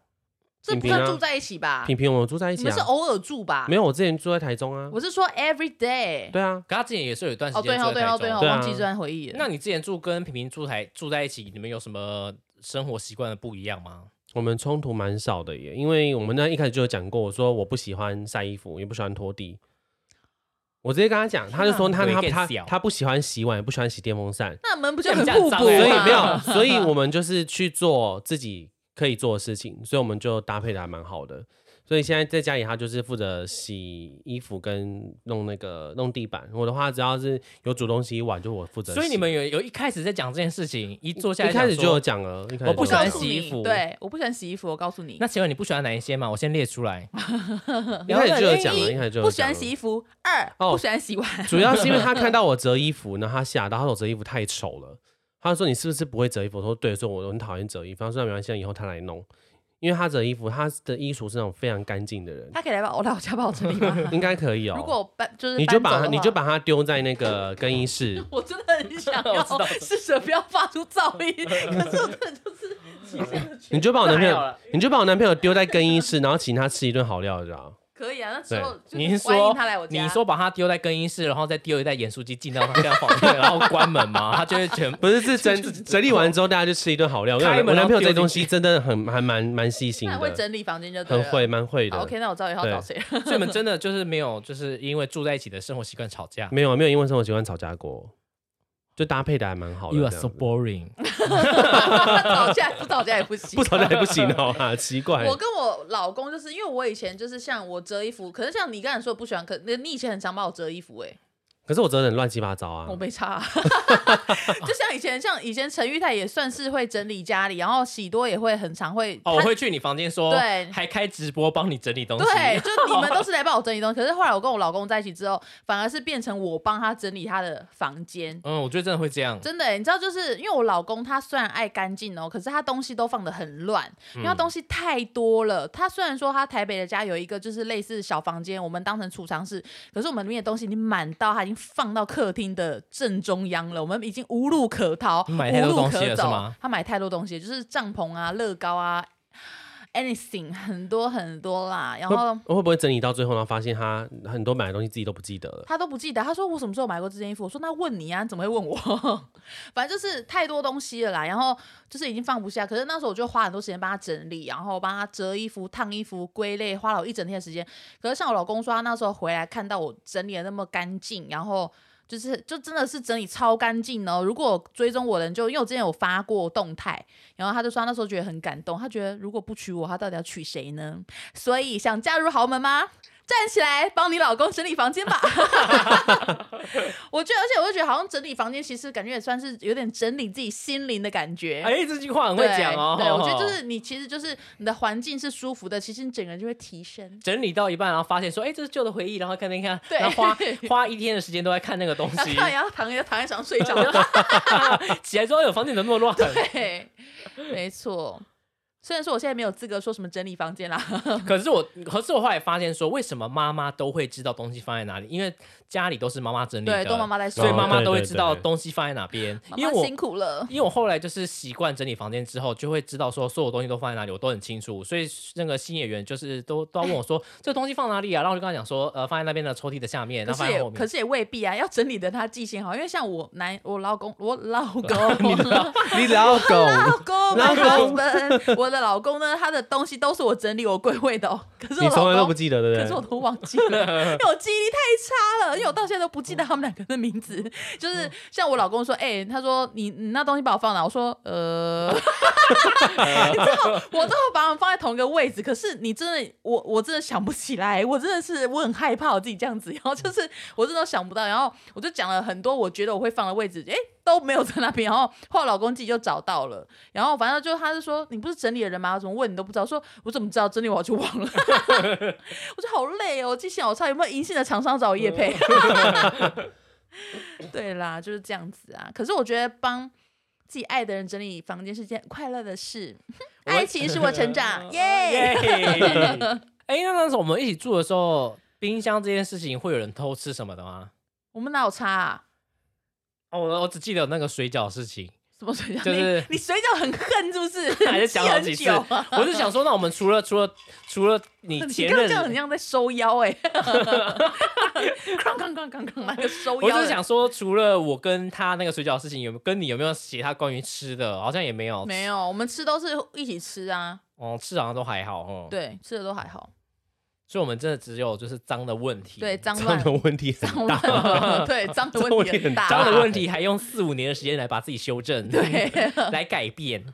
Speaker 1: 这不
Speaker 2: 平平
Speaker 1: 算
Speaker 2: 啊
Speaker 1: 住在一起吧？
Speaker 2: 平平我们住在一
Speaker 1: 你
Speaker 2: 起
Speaker 1: 们是
Speaker 2: 啊，
Speaker 1: 偶尔住吧？
Speaker 2: 没有，我之前住在台中啊，
Speaker 1: 我是说 every day。
Speaker 2: 对啊，
Speaker 3: 可他之前也是有一段时
Speaker 1: 哦，对
Speaker 3: 间住
Speaker 1: 哦，
Speaker 3: 在
Speaker 1: 对
Speaker 3: 台
Speaker 1: 哦，对
Speaker 3: 中。
Speaker 1: 哦，
Speaker 2: 对啊
Speaker 1: 忘记这段回忆了。
Speaker 3: 那你之前住跟平平住台住在一起，你们有什么生活习惯的不一样吗？
Speaker 2: 我们冲突蛮少的耶，因为我们那一开始就有讲过，我说我不喜欢晒衣服，也不喜欢拖地。我直接跟他讲，他就说他
Speaker 3: 鬼
Speaker 2: 他
Speaker 3: 更
Speaker 2: 他
Speaker 3: 小
Speaker 2: 他不喜欢洗碗，也不喜欢洗电风扇，
Speaker 1: 那门不就
Speaker 3: 这
Speaker 1: 很
Speaker 3: 样
Speaker 1: 互
Speaker 3: 很
Speaker 1: 补
Speaker 3: 脏
Speaker 1: 吗？
Speaker 3: 欸
Speaker 2: 所以没有，所以我们就是去做自己可以做的事情，所以我们就搭配的还蛮好的。所以现在在家里，他就是负责洗衣服跟弄那个弄地板。我的话，只要是有煮东西一碗，就我负责洗。
Speaker 3: 所以你们有有一开始在讲这件事情，一坐下来
Speaker 2: 一开始
Speaker 3: 想
Speaker 2: 就
Speaker 3: 说
Speaker 2: 有讲了，一开始
Speaker 3: 我
Speaker 2: 就
Speaker 3: 不
Speaker 2: 有
Speaker 3: 喜欢
Speaker 2: 讲
Speaker 1: 告诉
Speaker 3: 洗衣
Speaker 1: 你
Speaker 3: 服
Speaker 1: 对，我不喜欢洗衣服。我告诉你，
Speaker 3: 那请问你不喜欢哪一些吗？我先列出来。
Speaker 2: 一开始就有讲
Speaker 1: 一
Speaker 2: 了，一开始就有
Speaker 1: 不喜欢洗
Speaker 2: 讲
Speaker 1: 衣
Speaker 2: 了
Speaker 1: 服，二
Speaker 2: 哦
Speaker 1: 不喜欢洗碗，
Speaker 2: 主要是因
Speaker 3: <laughs>
Speaker 2: 为他看到我折衣服，然后他吓到，他说我折衣服太丑了。他说你是不是不会折衣服？我说对，说我很讨厌折衣服。他说那没关系，以后他来弄，因为他折衣服，他的衣橱是那种非常干净的人，
Speaker 1: 他可以来把 <laughs> 我来我家帮我整理吗？
Speaker 2: <laughs>
Speaker 1: <laughs>
Speaker 2: 应该可以哦。
Speaker 1: 如果我搬就是
Speaker 2: 你就
Speaker 1: 搬走
Speaker 2: 把
Speaker 1: 的
Speaker 2: 它
Speaker 1: 话
Speaker 2: 你就。把它丢在那
Speaker 1: <laughs>，
Speaker 2: 个更衣室
Speaker 1: 我真的很
Speaker 2: <laughs>
Speaker 1: 想
Speaker 3: 我
Speaker 1: 要
Speaker 3: 知道
Speaker 1: 试着不要发出噪音，可是我真的就是极限的
Speaker 2: 你就把我男朋
Speaker 3: 那还好
Speaker 2: 友
Speaker 3: 啦，
Speaker 2: 你就把我男朋友丢在更衣室， <laughs> 然后请他吃一顿好料，知道？
Speaker 1: 可以啊，那时候就是
Speaker 3: 你是
Speaker 1: 欢迎
Speaker 3: 说
Speaker 1: 他来我家，
Speaker 3: 你说把它丢在更衣室，然后再丢一袋盐酥鸡进到他家房
Speaker 1: <laughs>
Speaker 3: 间，然后关门嘛，他就会全
Speaker 2: 不是，是整整理完之后大家就吃一顿好料。我
Speaker 3: 开门
Speaker 2: 我男朋
Speaker 3: 然后丢
Speaker 2: 友这东
Speaker 3: 进
Speaker 2: 西真的很还蛮蛮细心
Speaker 1: 那会
Speaker 2: 的，
Speaker 1: 整理房间就对
Speaker 2: 很
Speaker 1: 了。
Speaker 2: 会蛮会
Speaker 1: 好
Speaker 2: 的。
Speaker 1: ，OK，那我知道以后要找谁 <laughs> 了。
Speaker 3: 所以你们真的就是没有，就是因为住在一起的生活习惯吵
Speaker 2: <laughs>
Speaker 3: 架。
Speaker 2: 没有没有，因为生活习惯吵架过，就搭配的还蛮好的
Speaker 3: You
Speaker 2: 这
Speaker 3: are
Speaker 2: 样子。
Speaker 3: so boring。
Speaker 1: 吵架不吵架也不行，
Speaker 2: <laughs> 不吵架也不行哦，
Speaker 1: <laughs>
Speaker 2: 啊，奇
Speaker 3: 哎
Speaker 2: 怪。
Speaker 1: 我跟我老公就是因为我以前就是像我折衣服，可是像你刚才说不喜欢，可你以前很常帮我折衣服哎、
Speaker 2: 可是我折的很乱七八糟啊
Speaker 1: 我。没差、啊， <laughs> 就像以前像以前陈玉泰也算是会整理家里，然后喜多也会很常会他
Speaker 3: 哦，我会去你房间说，
Speaker 1: 对
Speaker 3: 还开直播帮你整理东西。
Speaker 1: 对，就你们都是来帮我整理东西，可是后来我跟我老公在一起之后，反而是变成我帮他整理他的房间。
Speaker 3: <laughs> 嗯，我觉得真的会这样。
Speaker 1: 真的欸、你知道，就是因为我老公他虽然爱干净哦，可是他东西都放的很乱，
Speaker 3: 嗯
Speaker 1: 因为他东西太多了。他虽然说他台北的家有一个就是类似小房间，我们当成储藏室，可是我们里面的东西已经满到他已经放到客厅的正中央了，我们已经无路可逃，
Speaker 3: 你买太多
Speaker 1: 无路
Speaker 3: 东西
Speaker 1: 可
Speaker 3: 了是
Speaker 1: 走
Speaker 3: 吗？
Speaker 1: 他买太多东西，就是帐篷啊、乐高啊。anything 很多很多啦，然
Speaker 2: 会
Speaker 1: 后
Speaker 2: 我会不会整理到最后，然后发现他很多买的东西自己都不记得
Speaker 1: <laughs>
Speaker 2: 了？
Speaker 1: 他都不记得。他说我什么时候买过这件衣服？我说那问你啊，你怎么会问我？ <laughs> 反正就是太多东西了啦，然后就是已经放不下。可是那时候我就花很多时间帮他整理，然后帮他折衣服、烫衣服、归类，花了我一整天的时间。可是像我老公说，他那时候回来看到我整理的那么干净，然后。就是，就真的是整理超干净哦。如果追踪我的人就，因为我之前有发过动态，然后他就说他那时候觉得很感动，他觉得如果不娶我，他到底要娶谁呢？所以想嫁入豪门吗？站起来，帮你老公整理房间吧。 <laughs> 我觉得，而且我就觉得，好像整理房间，其实感觉也算是有点整理自己心灵的感觉。
Speaker 3: 哎，这句话很会讲哦。
Speaker 1: 对，对我觉得就是你，其实就是你的环境是舒服的，其实你整个人就会提升。
Speaker 3: <laughs> 整理到一半，然后发现说，哎，这是旧的回忆，然后看那看，
Speaker 1: 对
Speaker 3: 然
Speaker 1: <laughs>
Speaker 3: 后花花一天的时间都在看那个东
Speaker 1: 然 <laughs> 后
Speaker 3: 西
Speaker 1: 看，完然后 <laughs> 躺在躺在床上睡
Speaker 3: <laughs>
Speaker 1: 着。
Speaker 3: 起来之后，哎呦，房间怎么那么乱？
Speaker 1: <laughs> 对，没错。虽然说我现在没有资格说什么整理房间啦，
Speaker 3: 可是我，可是我后来发现说，为什么妈妈都会知道东西放在哪里？因为家里都是妈妈整理的，
Speaker 1: <laughs> 对，都妈妈在说，
Speaker 3: 所以妈
Speaker 2: 哦
Speaker 3: 妈
Speaker 2: 对
Speaker 3: 都会
Speaker 2: 对
Speaker 3: 知道
Speaker 2: 对
Speaker 3: 东西放在哪边。
Speaker 1: 妈
Speaker 3: 因为
Speaker 1: 妈
Speaker 3: 我
Speaker 1: 辛苦了。
Speaker 3: 因为我后来就是习惯整理房间之后，就会知道说所有东西都放在哪里，我都很清楚。所以那个新演员就是都都要问我说这东西放哪里啊，然后我就跟他讲说，呃，放在那边的抽屉的下面，
Speaker 1: 可
Speaker 3: 然后放
Speaker 1: 是
Speaker 3: 在
Speaker 1: 也
Speaker 3: 后
Speaker 1: 可
Speaker 3: 面。
Speaker 1: 是也未必啊，要整理的他记性好，因为像我男我老公我老
Speaker 3: <laughs>
Speaker 1: 公
Speaker 2: 你老狗，
Speaker 1: 老公 my
Speaker 2: 老
Speaker 3: <laughs>
Speaker 2: 公
Speaker 1: husband，我的老公呢，他的东西都是我整理我归位的哦，可是
Speaker 2: 你
Speaker 1: 我
Speaker 2: 从来
Speaker 1: 老
Speaker 2: 都不
Speaker 1: 公。
Speaker 2: 记得，对不对？
Speaker 1: 可是我都忘记
Speaker 2: <laughs>
Speaker 1: 了，因为我记忆力太差了，因为我到现在都不记得他们两个的名字。就是
Speaker 2: 嗯
Speaker 1: 像我老公说，哎、他说你你那东西把我放哪？我说
Speaker 2: <laughs>
Speaker 1: 呃，你知道我都把他们放在同一个位置，可是你真的我我真的想不起来，我真的是我很害怕我自己这样子，然后就是我真的想不到，然后我就讲了很多我觉得我会放的位置，哎、都没有在那边，然后后来老公自己就找到了，然后反正就他是说你不是整理的人吗？怎么问你都不知道？我说我怎么知道整理完我就忘了。 <laughs> 我就好累哦，记性好差，有没有银杏的厂商找我叶配？ <laughs> 对啦，就是这样子啊。可是我觉得帮自己爱的人整理房间是件快乐的事，
Speaker 3: 我哦
Speaker 1: 爱情使我成
Speaker 3: <laughs>
Speaker 1: 长，耶！
Speaker 3: 耶！哎，那那时候我们一起住的时候，冰箱这件事情会有人偷吃什么的吗？
Speaker 1: 我们哪有差、啊？
Speaker 3: 哦，我我只记得有那个水饺事情， <laughs>
Speaker 1: 什么水饺？
Speaker 3: 就是
Speaker 1: 你你水饺很恨是不是？
Speaker 3: 还是想好几
Speaker 1: 记
Speaker 3: 次
Speaker 1: 很久啊。
Speaker 3: 我就想说，那我们除了除了除了你
Speaker 1: <laughs> 你
Speaker 3: 前
Speaker 1: 刚刚这样很
Speaker 3: 任，
Speaker 1: 像在收腰哎、欸， <laughs> 哐哐哐哐哐，那个收
Speaker 3: 我
Speaker 1: 腰。
Speaker 3: 就是想说，除了我跟他那个水饺事情，有跟你有没有其他关于吃的？好像也没有，
Speaker 1: 没有，我们吃都是一起吃啊，
Speaker 3: 哦，吃好像都还好哦。，
Speaker 1: 对，吃的都还好，
Speaker 3: 所以我们真的只有就是脏的问题，
Speaker 1: 对，，
Speaker 2: <laughs>
Speaker 1: 脏
Speaker 2: 这
Speaker 1: 乱
Speaker 2: 样的问题
Speaker 1: 脏
Speaker 2: 很
Speaker 1: <laughs>
Speaker 2: 大。
Speaker 1: 乱，对，脏的问题很大，
Speaker 3: <laughs> 脏的问题还用四五年的时间来把自己修正，，
Speaker 1: 对。 <laughs>
Speaker 3: 来改变。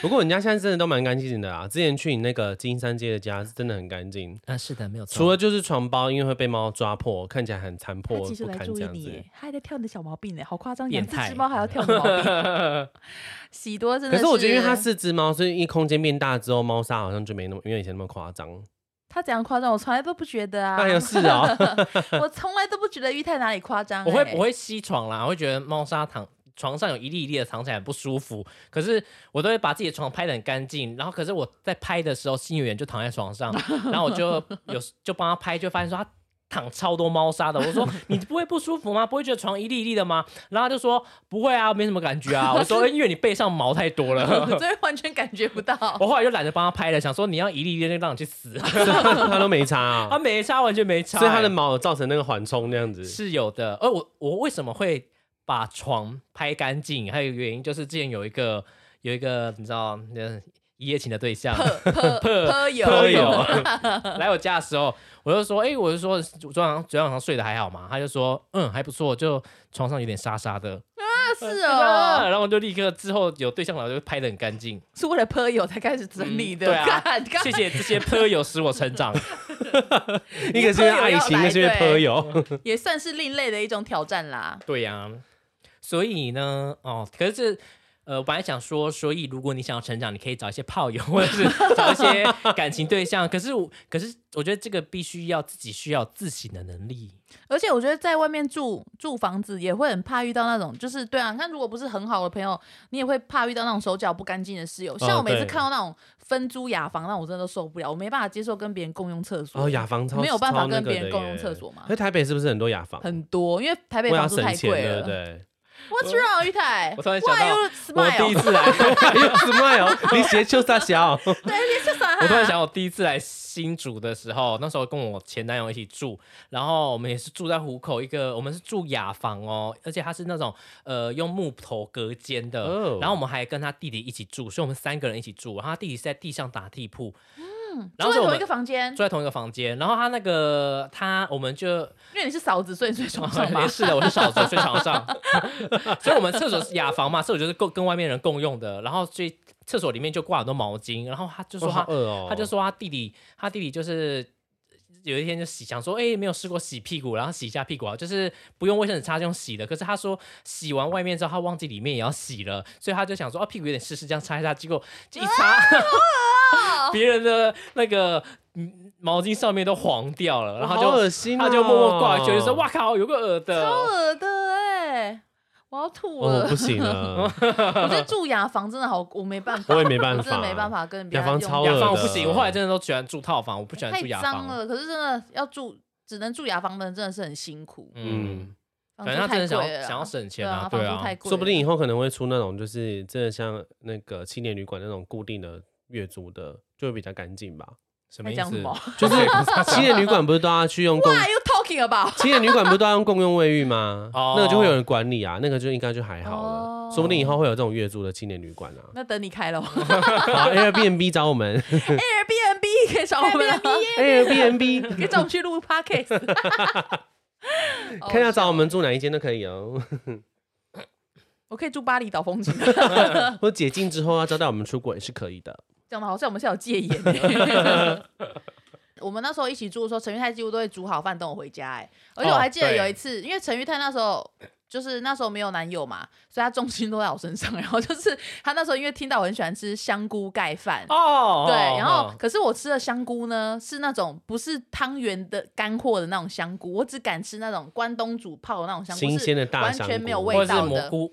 Speaker 2: 不过人家现在真的都蛮干净的啊。之前去你那个金山街的家，是真的很干净。
Speaker 3: 啊，是的，没有
Speaker 2: 除了就是床包，因为会被猫抓破，看起来很残破
Speaker 1: 它其实
Speaker 2: 不
Speaker 1: 来
Speaker 2: 堪
Speaker 1: 注意
Speaker 2: 这样
Speaker 1: 你
Speaker 2: 子
Speaker 1: 耶。，它还在挑你的小毛病呢，好夸张！
Speaker 3: 变
Speaker 1: 养这
Speaker 3: 态
Speaker 1: 只猫还要挑你的毛病， <laughs>
Speaker 3: <laughs>
Speaker 1: 喜多真的
Speaker 2: 可是我觉得，因为它
Speaker 1: 它 <laughs>
Speaker 2: 四只猫，所以一空间变大之后，猫砂好像就没那么，没有以前那么夸
Speaker 1: 啊
Speaker 2: 张。
Speaker 1: 它怎样夸张，我从来都不觉得啊。
Speaker 2: 那有是
Speaker 1: <laughs>
Speaker 2: 啊，
Speaker 1: 我从来都不觉得玉泰哪里夸张欸、
Speaker 3: 我会我会吸床啦，我会觉得猫砂躺床上有一粒一粒的藏起来很不舒服，可是我都会把自己的床拍得很干净，然后可是我在拍的时候，新演员就躺在床
Speaker 2: <laughs>
Speaker 3: 上，然后我就有就帮他拍，就发现说他。躺超多猫砂的，我
Speaker 2: <laughs>
Speaker 3: 说你不会不舒服吗？不会觉得床一粒一粒的吗？然后他就说不会啊，没什么感觉啊。我
Speaker 2: <laughs>
Speaker 3: 说因为你背上毛太多了。
Speaker 1: 所以完全感觉不到。
Speaker 3: <laughs> 我 <laughs> 后来就懒得帮他拍了，想说你要一粒一粒的让你去
Speaker 2: <laughs>
Speaker 3: 死。
Speaker 2: 它都没差
Speaker 3: 他
Speaker 2: 啊，
Speaker 3: 没擦，完全没擦、
Speaker 2: 所以它
Speaker 3: 欸
Speaker 2: 的毛有造成那个缓冲那样子。
Speaker 3: 是有的。而我我为什么会把床拍干净，还有一个原因就是之前有一个有一个你知道呃一夜情的对象。
Speaker 1: 喝油，
Speaker 2: 喝
Speaker 3: 朋
Speaker 2: 友
Speaker 3: 友 <laughs> 来我家的时候，我就说，哎、我就说昨晚上昨天晚上睡得还好吗？他就说，嗯，还不错，就床上有点沙沙的。
Speaker 1: 那是
Speaker 3: 啊
Speaker 1: 哦，
Speaker 3: <laughs> 然后我就立刻之后有对象来，我就拍得很干净。
Speaker 1: 是为了喝油才开始整理的。
Speaker 3: 嗯对啊
Speaker 1: <laughs> 干干
Speaker 3: 谢谢这
Speaker 1: <laughs>
Speaker 3: 些朋友使我成长。
Speaker 2: 一个是因为爱情，一
Speaker 1: 你
Speaker 2: 个
Speaker 1: 的
Speaker 2: 是因为朋
Speaker 1: 朋
Speaker 2: 友。
Speaker 1: 也算是另类的一种挑战啦。
Speaker 3: 对呀、所以呢，哦，可是这呃，我本来想说，所以如果你想要成长，你可以找一些炮友， <laughs> 或者是找一些感情对象。可是我，可是我觉得这个必须要自己需要自省的能力。
Speaker 1: 而且我觉得在外面住住房子也会很怕遇到那种，就是对啊，看如果不是很好的朋友，你也会怕遇到那种手脚不干净的室友。像我每次
Speaker 2: 哦对
Speaker 1: 看到那种分租雅房，那我真的都受不了，我没办法接受跟别人共用厕所。
Speaker 2: 哦，雅房超
Speaker 1: 没有办法跟别人
Speaker 2: 共
Speaker 1: 共用厕。所嘛
Speaker 2: 哎，，台北是不是很多雅房？
Speaker 1: 很多，因为台北
Speaker 2: 为
Speaker 1: 房
Speaker 2: 了要
Speaker 1: 租
Speaker 2: 省
Speaker 1: 太
Speaker 2: 钱
Speaker 1: 贵
Speaker 2: 对
Speaker 1: 了。
Speaker 2: 不对？
Speaker 1: What's wrong，玉泰？
Speaker 3: 我突然想到
Speaker 1: Why you
Speaker 3: 我第一
Speaker 1: smile？
Speaker 3: 次来，
Speaker 2: <laughs> 有什么哟？哦你鞋就大小，
Speaker 1: 对，你是啥？
Speaker 3: <laughs> 我突然想，我第一次来新竹的时候，那时候跟我前男友一起住，然后我们也是住在虎口一个，我们是住雅房哦，而且它是那种呃用木头隔间的
Speaker 2: 哦
Speaker 3: 然后我们还跟他弟弟一起住，所以我们三个人一起住，然后他弟弟是在地上打地铺，嗯，
Speaker 1: 住
Speaker 3: 然后
Speaker 1: 在
Speaker 3: 是我
Speaker 1: 同一
Speaker 3: 们
Speaker 1: 个房间，
Speaker 3: 住在同一个房间，然后他那个他我们就
Speaker 1: 因为你是嫂子，所以你睡床
Speaker 2: <laughs>
Speaker 1: 上吧
Speaker 2: 哦
Speaker 3: 也。是的，我是少子睡床上， <laughs> 所以我们厕所是雅房嘛，厕所就是共跟外面人共用的，然后所以厕所里面就挂很多毛巾，然后他就
Speaker 2: 就
Speaker 3: 说他
Speaker 2: 好饿哦，
Speaker 3: 他就说他弟弟，他弟弟就是有一天就洗，想说哎、没有试过洗屁股，然后洗一下屁股啊，就是不用卫生纸擦就用洗的。可是他说洗完外面之后，他忘记里面也要洗了，所以他就想说啊屁股有点湿湿，这样擦一下，结果一擦， <laughs> 别人的那个嗯毛巾上面都黄掉了，然后
Speaker 2: 好
Speaker 3: 他就、
Speaker 2: 恶心哦，
Speaker 3: 他就默默挂一句就说哇靠，有个耳
Speaker 1: 超
Speaker 3: 的。
Speaker 1: 恶的哎、我要吐
Speaker 2: 哦，
Speaker 1: 了。
Speaker 2: 我不行
Speaker 3: <laughs>
Speaker 2: 了，
Speaker 1: 我觉得住雅房真的好，我没办法，
Speaker 2: 哦我也没办法
Speaker 1: 我真的没办法跟别人
Speaker 2: 雅房
Speaker 1: 用
Speaker 2: 超
Speaker 3: 雅
Speaker 2: 恶
Speaker 3: 房我
Speaker 2: 的
Speaker 3: 不行，我后来真的都喜欢住套房，我不喜欢
Speaker 1: 太
Speaker 3: 住雅
Speaker 1: 脏
Speaker 3: 房。
Speaker 1: 了。可是真的要住，只能住雅房的人真的是很辛苦，
Speaker 3: 嗯，
Speaker 1: 房
Speaker 3: 反
Speaker 1: 租哦
Speaker 3: 正他真
Speaker 1: 太
Speaker 3: 的想
Speaker 1: 贵
Speaker 3: 要
Speaker 1: 了啦，
Speaker 3: 想要省
Speaker 1: 对
Speaker 3: 钱
Speaker 1: 啊，
Speaker 3: 对
Speaker 1: 房租
Speaker 3: 啊
Speaker 1: 太，贵了，
Speaker 2: 说不定以后可能会出那种，就是真的像那个青年旅馆那种固定的月租的，就会比较干
Speaker 3: <laughs>
Speaker 2: 净吧。
Speaker 3: 什么
Speaker 1: 还
Speaker 3: 意
Speaker 1: 讲什
Speaker 3: 思？ <laughs>
Speaker 1: 么？
Speaker 2: 就是青年旅馆不是都要去用共，
Speaker 1: Why are you talking about？ <laughs>
Speaker 2: 青年旅馆不是都要用共用卫浴
Speaker 3: <laughs>
Speaker 2: 吗？
Speaker 3: 哦
Speaker 2: 那个就会有人管理啊，那个就应该就还好
Speaker 1: 哦
Speaker 2: 了。说不定以后会有这种月租的青年旅馆
Speaker 3: <laughs>
Speaker 2: 啊。
Speaker 1: 那等你开了
Speaker 2: 好，Airbnb 找我们
Speaker 1: Airbnb 可以找我们
Speaker 3: <laughs>
Speaker 1: 啊，可以
Speaker 2: ，Airbnb
Speaker 1: 找我们去录 podcast。哦
Speaker 2: 看要找我们住哪一间都可以哦。
Speaker 1: 我可以住巴厘岛风景，
Speaker 2: 或者解禁之后要招待我们出国也是可以的。
Speaker 1: 讲的好像我们是有戒
Speaker 3: <laughs>
Speaker 1: 严欸。我们那时候一起住的时候，陈玉泰几乎都会煮好饭等我回家、哎，而
Speaker 3: 哦
Speaker 1: 且我还记得有一次，因为陈玉泰那时候就是那时候没有男友嘛，所以他重心都在我身上。然后就是他那时候因为听到我很喜欢吃香菇盖饭。
Speaker 3: 哦，
Speaker 1: <laughs> 对，
Speaker 3: 哦
Speaker 1: 然后
Speaker 3: 哦
Speaker 1: 可是我吃的香菇呢，是那种不是汤圆的干货的那种香菇，我只敢吃那种关东煮泡的那种香菇，
Speaker 2: 新鲜的
Speaker 1: 是
Speaker 2: 大
Speaker 1: 完
Speaker 2: 香
Speaker 1: 全
Speaker 2: 菇
Speaker 1: 没有
Speaker 2: 或
Speaker 1: 味
Speaker 3: 或者
Speaker 1: 道
Speaker 3: 是
Speaker 1: 的
Speaker 3: 蘑菇，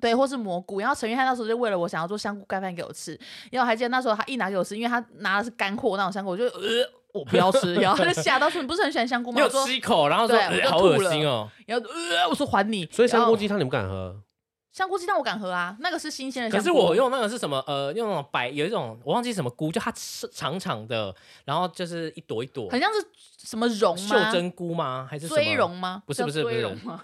Speaker 1: 对，或是蘑菇。然后陈玉汉那时候就为了我想要做香菇盖饭给我吃，然后我还记得那时候他一拿给我吃，因为他拿的是干货那种香菇，我就呃我不要吃，然后他就吓到说你不是很喜欢香菇吗？
Speaker 3: 你有
Speaker 1: 我说
Speaker 3: 吃一口，然后说 <laughs>
Speaker 1: 对我就
Speaker 3: 哎好
Speaker 1: 吐
Speaker 3: 恶
Speaker 1: 了
Speaker 3: 心哦。
Speaker 1: 然后呃我说还你，
Speaker 2: 所以
Speaker 1: 然
Speaker 2: 香
Speaker 1: 后
Speaker 2: 菇鸡汤你不敢喝，
Speaker 1: 香菇鸡蛋我敢喝啊，那个是新鲜的香
Speaker 3: 可
Speaker 1: 菇。
Speaker 3: 是我用那个是什么？呃，用那种白，有一种我忘记什么菇，就它吃长长的，然后就是一朵一朵
Speaker 1: 很，像是什么蓉
Speaker 3: 袖
Speaker 1: 吗？
Speaker 3: 珍菇吗？还是什
Speaker 1: 锥
Speaker 3: <laughs> 么？
Speaker 1: 蓉吗？
Speaker 3: 不是
Speaker 1: 叫
Speaker 3: 不是不
Speaker 1: 锥
Speaker 3: 是
Speaker 1: 蓉
Speaker 3: <laughs>
Speaker 1: 吗？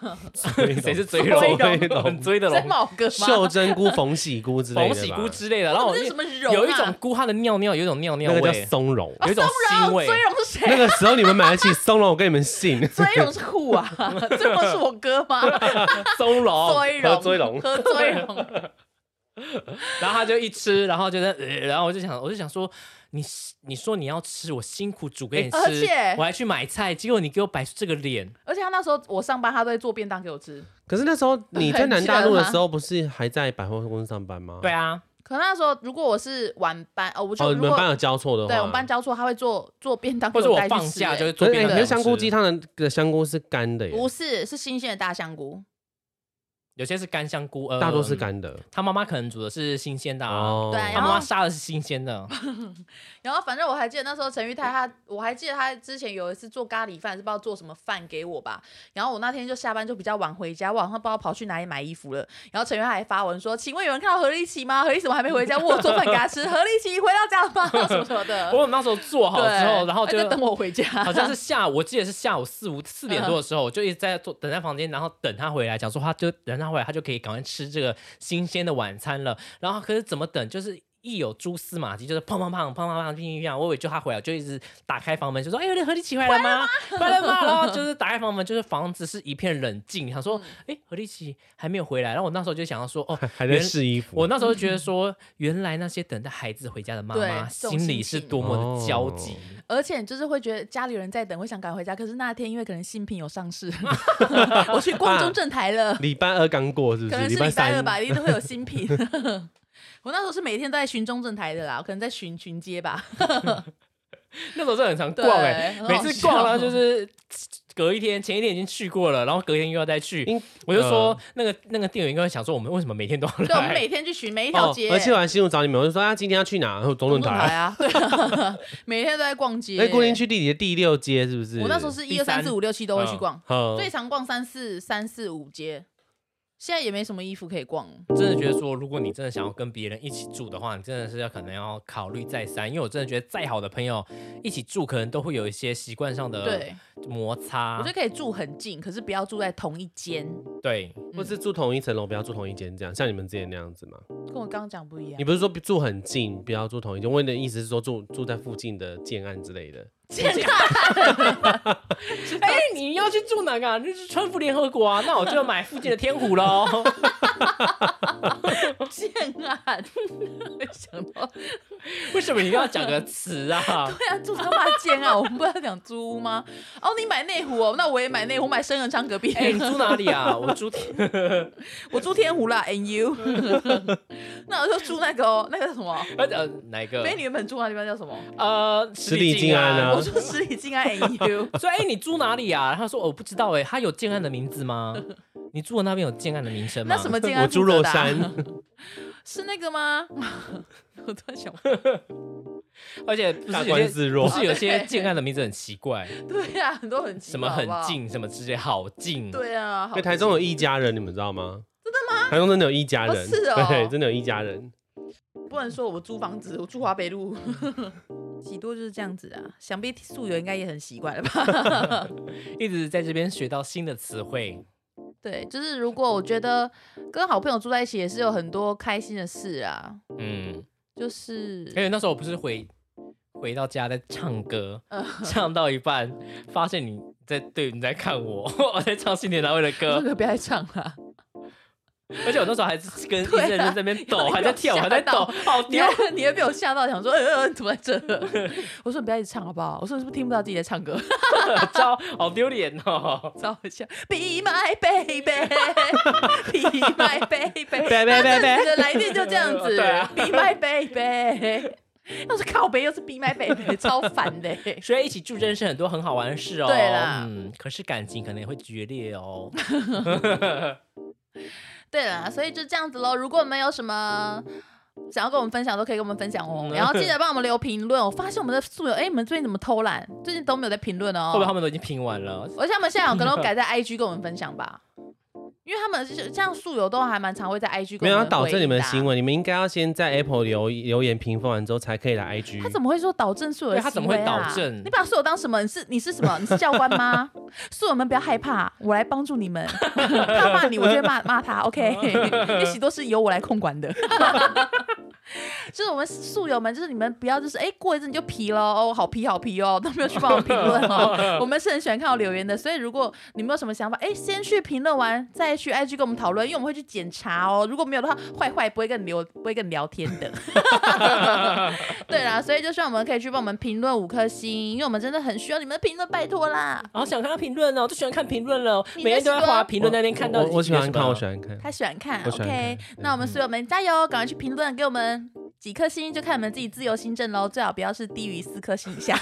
Speaker 3: 谁是追
Speaker 2: <laughs> 追
Speaker 3: 龙？
Speaker 2: 龙
Speaker 3: 很追的
Speaker 1: 是
Speaker 3: 龙，
Speaker 1: 某个吗？ <laughs>
Speaker 2: 袖珍菇、缝喜菇之类
Speaker 3: <laughs> 红
Speaker 2: 的吧，
Speaker 3: 喜菇之类的。然
Speaker 1: 那
Speaker 3: 后我
Speaker 1: 是什么蓉、啊？
Speaker 3: 有一种菇，它的尿尿有一种尿尿
Speaker 2: 那个叫
Speaker 3: 味，
Speaker 2: 松茸。 <laughs>
Speaker 1: <laughs>
Speaker 3: 有一种腥味。
Speaker 1: 锥蓉是
Speaker 3: <laughs>
Speaker 1: 谁？
Speaker 2: 那个时候你们买得起松茸，我跟你们信。 <laughs>
Speaker 1: 锥蓉是酷啊， <laughs> 这不是我哥吗？
Speaker 3: 松茸， <laughs>
Speaker 1: <laughs> 锥蓉，
Speaker 2: 喝锥蓉
Speaker 1: 喝锥蓉。
Speaker 3: 然后他就一吃，然后就在，呃然后我就想，我就想说，你你说你要吃，我辛苦煮给你吃，
Speaker 1: 哎而且嗯
Speaker 3: 我还去买菜，结果你给我摆出这个脸，
Speaker 1: <laughs> 而且他那时候我上班，他都会做便当给我吃。
Speaker 2: 可是那时候你在南大陆的时候，不是还在百货公司上班吗？
Speaker 3: 对啊，
Speaker 1: 可那时候如果我是晚班，哦，我就
Speaker 2: 哦，
Speaker 1: 如
Speaker 2: 你
Speaker 1: 果、
Speaker 2: 们班有交错的话，
Speaker 1: 对我们班交错，他会做做便当给
Speaker 3: 或者我
Speaker 1: 带去吃、
Speaker 3: 放假
Speaker 1: 欸
Speaker 3: 就会做
Speaker 2: 可是
Speaker 3: 便当
Speaker 2: 哎，可
Speaker 3: 给我
Speaker 2: 是
Speaker 3: 吃。
Speaker 2: 香菇鸡汤的的香菇是干的耶，
Speaker 1: 不是是新鲜的大香菇，
Speaker 3: 有些是干香菇，呃，
Speaker 2: 大多是。干的。
Speaker 3: 他妈妈可能煮的是新鲜的啊，
Speaker 2: 哦，
Speaker 1: 对
Speaker 3: 他
Speaker 1: 然
Speaker 3: 妈
Speaker 1: 后
Speaker 3: 妈杀的是新鲜的， <laughs>
Speaker 1: 然后反正我还记得那时候陈玉泰他，我还记得他之前有一次做咖喱饭，是不知道做什么饭给我吧。然后我那天就下班就比较晚回家，我好像不知道跑去哪里买衣服了。然后陈玉泰还发文说：“请问有人看到何立奇吗？何立奇怎么还没回家？我有做饭给他吃，何立奇回到家了吗？ <laughs> 什么什么的。
Speaker 3: 我那时候做”好
Speaker 1: 对，
Speaker 3: 之后，然后
Speaker 1: 哎
Speaker 3: 就
Speaker 1: 在等我回
Speaker 3: <laughs>
Speaker 1: 家，
Speaker 3: 好像是下午，我记得是下午四五四点多的时候，我就一直在坐等在房间，然后等他回来，讲说他就等他回来，他就可以赶快吃这个新鲜的晚餐了。然后可是怎么等，就是一有蛛丝马迹，就是砰砰砰砰砰砰砰砰砰，我以为就他回来，我就一直打开房门就说：“哎，何立奇回来了吗？回来了吗？”然后就是打开房门，就是房子是一片冷静，想说：“哎，何立奇还没有回来。”然后我那时候就想要说：“哦，
Speaker 2: 还
Speaker 3: 原
Speaker 2: 在试衣服。
Speaker 3: 我那时候就觉得说，原来那些等待孩子回家的妈
Speaker 1: 对
Speaker 3: 妈，
Speaker 1: 这种
Speaker 3: 心里
Speaker 1: 心
Speaker 3: 是
Speaker 1: 情
Speaker 3: 多么的焦急。
Speaker 2: 哦
Speaker 1: 而且就是会觉得家里有人在等，会想赶回家。可是那天因为可能新品有上市，我去逛中正台了，
Speaker 2: 礼拜二刚过是不
Speaker 1: 可
Speaker 2: 是？
Speaker 1: 能是
Speaker 2: 拜
Speaker 1: 礼拜
Speaker 2: 三
Speaker 1: 二吧，一定会有新品。 <laughs> 我那时候是每天都在巡中正台的啦，我可能在巡巡街吧。
Speaker 3: 那时候是很常逛
Speaker 1: 对
Speaker 3: 哎、
Speaker 1: 很好
Speaker 3: 每次逛
Speaker 1: 笑
Speaker 3: 然后就是隔一天，前一天已经去过了，然后隔一天又要再去
Speaker 2: 应。
Speaker 3: 我就说、那个那个店员应该想说，我哎们为什么每天都要
Speaker 1: 嗯对，我们
Speaker 3: 来？
Speaker 1: 每天去巡每一条
Speaker 2: 哦
Speaker 1: 街，，
Speaker 2: 而且我还新闻找你们，我就说啊，今天要去哪？然后总
Speaker 1: 中
Speaker 2: 论
Speaker 1: 正台。啊，对啊， <laughs> 每天都在逛街。
Speaker 2: 那固定哎去地理的第六街是不是？
Speaker 1: 我那时候是一
Speaker 3: 第
Speaker 1: 二
Speaker 3: 三
Speaker 1: 三四五六七都会去逛，
Speaker 2: 嗯
Speaker 1: 最常逛三四三四五街。现在也没什么衣服可以逛，
Speaker 3: 真的觉得说，如果你真的想要跟别人一起住的话，你真的是要可能要考虑再三，因为我真的觉得再好的朋友一起住，可能都会有一些习惯上的
Speaker 1: 对，
Speaker 3: 摩
Speaker 1: 我
Speaker 3: 擦
Speaker 1: 觉得。可以住很近，可是不要住在同一间，
Speaker 3: 对，
Speaker 2: 或是住同一层楼，不要住同一间，这样像你们之前那样子嘛。
Speaker 1: 跟我刚刚讲不一样
Speaker 2: 你。不是说住很近，不要住同一间？我的意思是说住住在附近的建案之类的。
Speaker 1: 现在
Speaker 3: <laughs> 哎、你要去住哪个、啊？就是川普联合国啊，那我就买附近的天湖喽。
Speaker 1: <laughs> 建案，没想到
Speaker 3: <laughs> 为什么你一定要讲个词啊？
Speaker 1: 对啊，住他妈建案，我们不是要讲租屋 <laughs> 吗？哦，你买内湖哦，那我也买内湖，我买生仁昌隔壁，
Speaker 3: 哎、你住哪里啊？我呃住天，
Speaker 1: <laughs> 我住天湖啦，and you，那我就住那个哦那个叫什么？
Speaker 3: 呃，哪一个
Speaker 1: 所？以你原本住那地方叫什么？
Speaker 2: 啊
Speaker 3: 呃，十
Speaker 2: 里
Speaker 3: 静
Speaker 2: 静安啊
Speaker 1: 我住十里静
Speaker 2: <laughs>
Speaker 1: 安 and you，
Speaker 3: 我说，哎、你住哪里啊？然后他说，哦我不知道、哎，他有建案的名字
Speaker 1: <laughs>
Speaker 3: 吗？你住的那边有建案的名称吗？
Speaker 1: 那什么静安？
Speaker 2: 我住肉，
Speaker 3: 啊
Speaker 2: 山，
Speaker 3: <laughs>
Speaker 1: 是那个吗？ <laughs> 我突然想不，
Speaker 3: 而且不
Speaker 2: 大
Speaker 3: 是有
Speaker 2: 关
Speaker 3: 些。
Speaker 2: 自
Speaker 3: 不
Speaker 2: 若。
Speaker 3: 是有些建案的名字很奇
Speaker 1: <laughs>
Speaker 3: 怪，
Speaker 1: 对啊，很多很奇
Speaker 3: 什么
Speaker 1: 怪
Speaker 3: 很
Speaker 1: 好不好
Speaker 3: 近，什么之类，好近。
Speaker 1: 对啊，
Speaker 2: 因
Speaker 1: 好
Speaker 2: 为台中有一家人，你们知道吗？真的吗？台中真的有一家人，
Speaker 1: 哦是哦
Speaker 2: <laughs> 对，真的有一家人。
Speaker 1: 不能说我租房子，我住华北路， <laughs> 喜多就是这样子啊。想必宿友应该也很习惯了吧？
Speaker 3: 一直在这边学到新的词汇。
Speaker 1: 对，
Speaker 3: 嗯
Speaker 1: 就是如果我觉得跟好朋友住在一起也是有很多开心的事啊，
Speaker 3: 嗯，
Speaker 1: 就是
Speaker 3: 而且那时候我不是回回到家在唱歌，
Speaker 1: 嗯
Speaker 3: 唱到一半发现你在对你在看我， <laughs> 我在唱新年大会的歌
Speaker 1: <laughs> 这，个不要再唱了，
Speaker 3: <laughs> 而且我那时候还是跟医
Speaker 1: 对啊
Speaker 3: 生在那边抖，
Speaker 1: 有
Speaker 3: 还在跳，
Speaker 1: 有
Speaker 3: 还在抖，好
Speaker 1: 你
Speaker 3: 屌
Speaker 1: 还！你还被我吓到，想说，呃，呃，你怎么在这？ <laughs> 我说你不要一直唱好不好？我说你是不是听不到自己在唱歌？ <laughs>
Speaker 3: 超好丢脸哦！
Speaker 1: 超好笑，Be <laughs> my baby，Be my baby， <laughs>
Speaker 2: 拜拜拜
Speaker 1: 你
Speaker 2: 拜。
Speaker 1: 的来电就这样子
Speaker 3: <laughs> 对啊
Speaker 1: ，Be my baby。要是 <laughs> 靠背又是 Be my baby，超烦的、欸
Speaker 3: 所以一起住真的是很多很好玩的事哦。
Speaker 1: 对啦
Speaker 3: 嗯，可是感情可能也会决裂哦。
Speaker 1: 对啦，所以就这样子喽。如果你们有什么想要跟我们分享，都可以跟我们分享哦。
Speaker 2: 嗯
Speaker 1: 然后
Speaker 2: <laughs>
Speaker 1: 记得帮我们留评论。我发现我们的宿友，哎、你们最近怎么偷懒？最近都没有在评论
Speaker 3: 会不会他
Speaker 1: 哦。
Speaker 3: 们都已经拼完了？
Speaker 1: 而且他们现在有可能都改
Speaker 2: <laughs>
Speaker 1: 在 IG 跟我们分享吧，因为他们是像宿友都还蛮常会在 IG
Speaker 2: 没
Speaker 1: 跟
Speaker 2: 有
Speaker 1: 我
Speaker 2: 要
Speaker 1: 们
Speaker 2: 导正你们的行
Speaker 1: 为。
Speaker 2: 为，你们应该要先在 Apple 留留言评分完之后，才可以来 IG。
Speaker 1: 他怎么会说导正宿友的
Speaker 3: 对他怎么
Speaker 1: 行为啊
Speaker 3: 会导正
Speaker 1: 你把宿友当什么？你是你是什么？你是教官吗？ <laughs> 宿友们不要害怕，我来帮助你
Speaker 3: <laughs>
Speaker 1: 们。他骂你，我就会骂骂他。OK，也许都是由我来控管的。 <laughs> 就是我们宿友们，就是你们不要就是哎、过一阵你就皮了哦，好皮好皮哦，都 <laughs> 没有去帮我评论
Speaker 3: <laughs>
Speaker 1: 哦。我们是很喜欢看到留言的，所以如果你们有什么想法，哎、先去评论完再去 IG 跟我们讨论，因为我们会去检查哦。如果没有的话，坏坏不会跟你留不会跟你聊天的。对啦，所以就希望我们可以去帮我们评论五颗星，因为我们真的很需要你们的评论，拜托啦。
Speaker 3: 好想看评论哦，最喜欢看评论了，
Speaker 1: 你
Speaker 3: 每
Speaker 1: 在
Speaker 3: 天都在
Speaker 1: 说
Speaker 3: 划评论那边看到
Speaker 2: 我我喜欢
Speaker 3: 有什么
Speaker 2: 看，我喜欢看。
Speaker 1: 他喜欢看
Speaker 2: 我喜欢
Speaker 1: o k
Speaker 2: 看嗯
Speaker 1: 那我们所有们加油，赶快去评论，给我们几颗星，就看你们自己自由新政喽，最好不要是低于四颗星以
Speaker 2: <laughs>
Speaker 1: 下。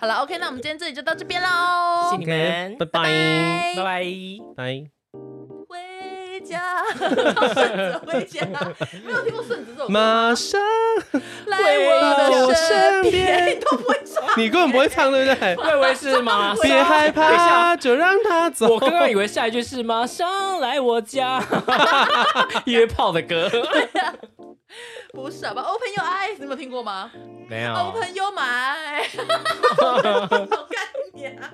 Speaker 1: 好了，OK，那我们今天这里就到这边
Speaker 3: 谢
Speaker 1: 喽
Speaker 3: 谢，你们
Speaker 2: OK，拜
Speaker 1: 拜
Speaker 2: 拜
Speaker 3: 拜
Speaker 1: 拜，
Speaker 3: 拜。
Speaker 2: 拜。
Speaker 1: 回家，唱顺子回家，没有听过顺子这
Speaker 2: <laughs>
Speaker 1: 首歌吗，
Speaker 2: 马上，
Speaker 1: 来
Speaker 2: 回到
Speaker 1: 我
Speaker 2: 我
Speaker 1: 的身
Speaker 2: 身边
Speaker 1: 边，你 <laughs> 都不会唱，
Speaker 2: 你根本不会唱，对
Speaker 3: <laughs>
Speaker 2: 不对？
Speaker 3: 我以为是马上，
Speaker 2: 别害
Speaker 3: 等一下
Speaker 2: 怕，就让他走。
Speaker 3: 我刚刚以为下一句是马
Speaker 1: <laughs>
Speaker 3: 上来我家，约炮的歌
Speaker 1: 不是好吧？Open your eyes，你们有听过吗
Speaker 3: 没有
Speaker 2: 哦
Speaker 1: ？Open your mind，好干你啊！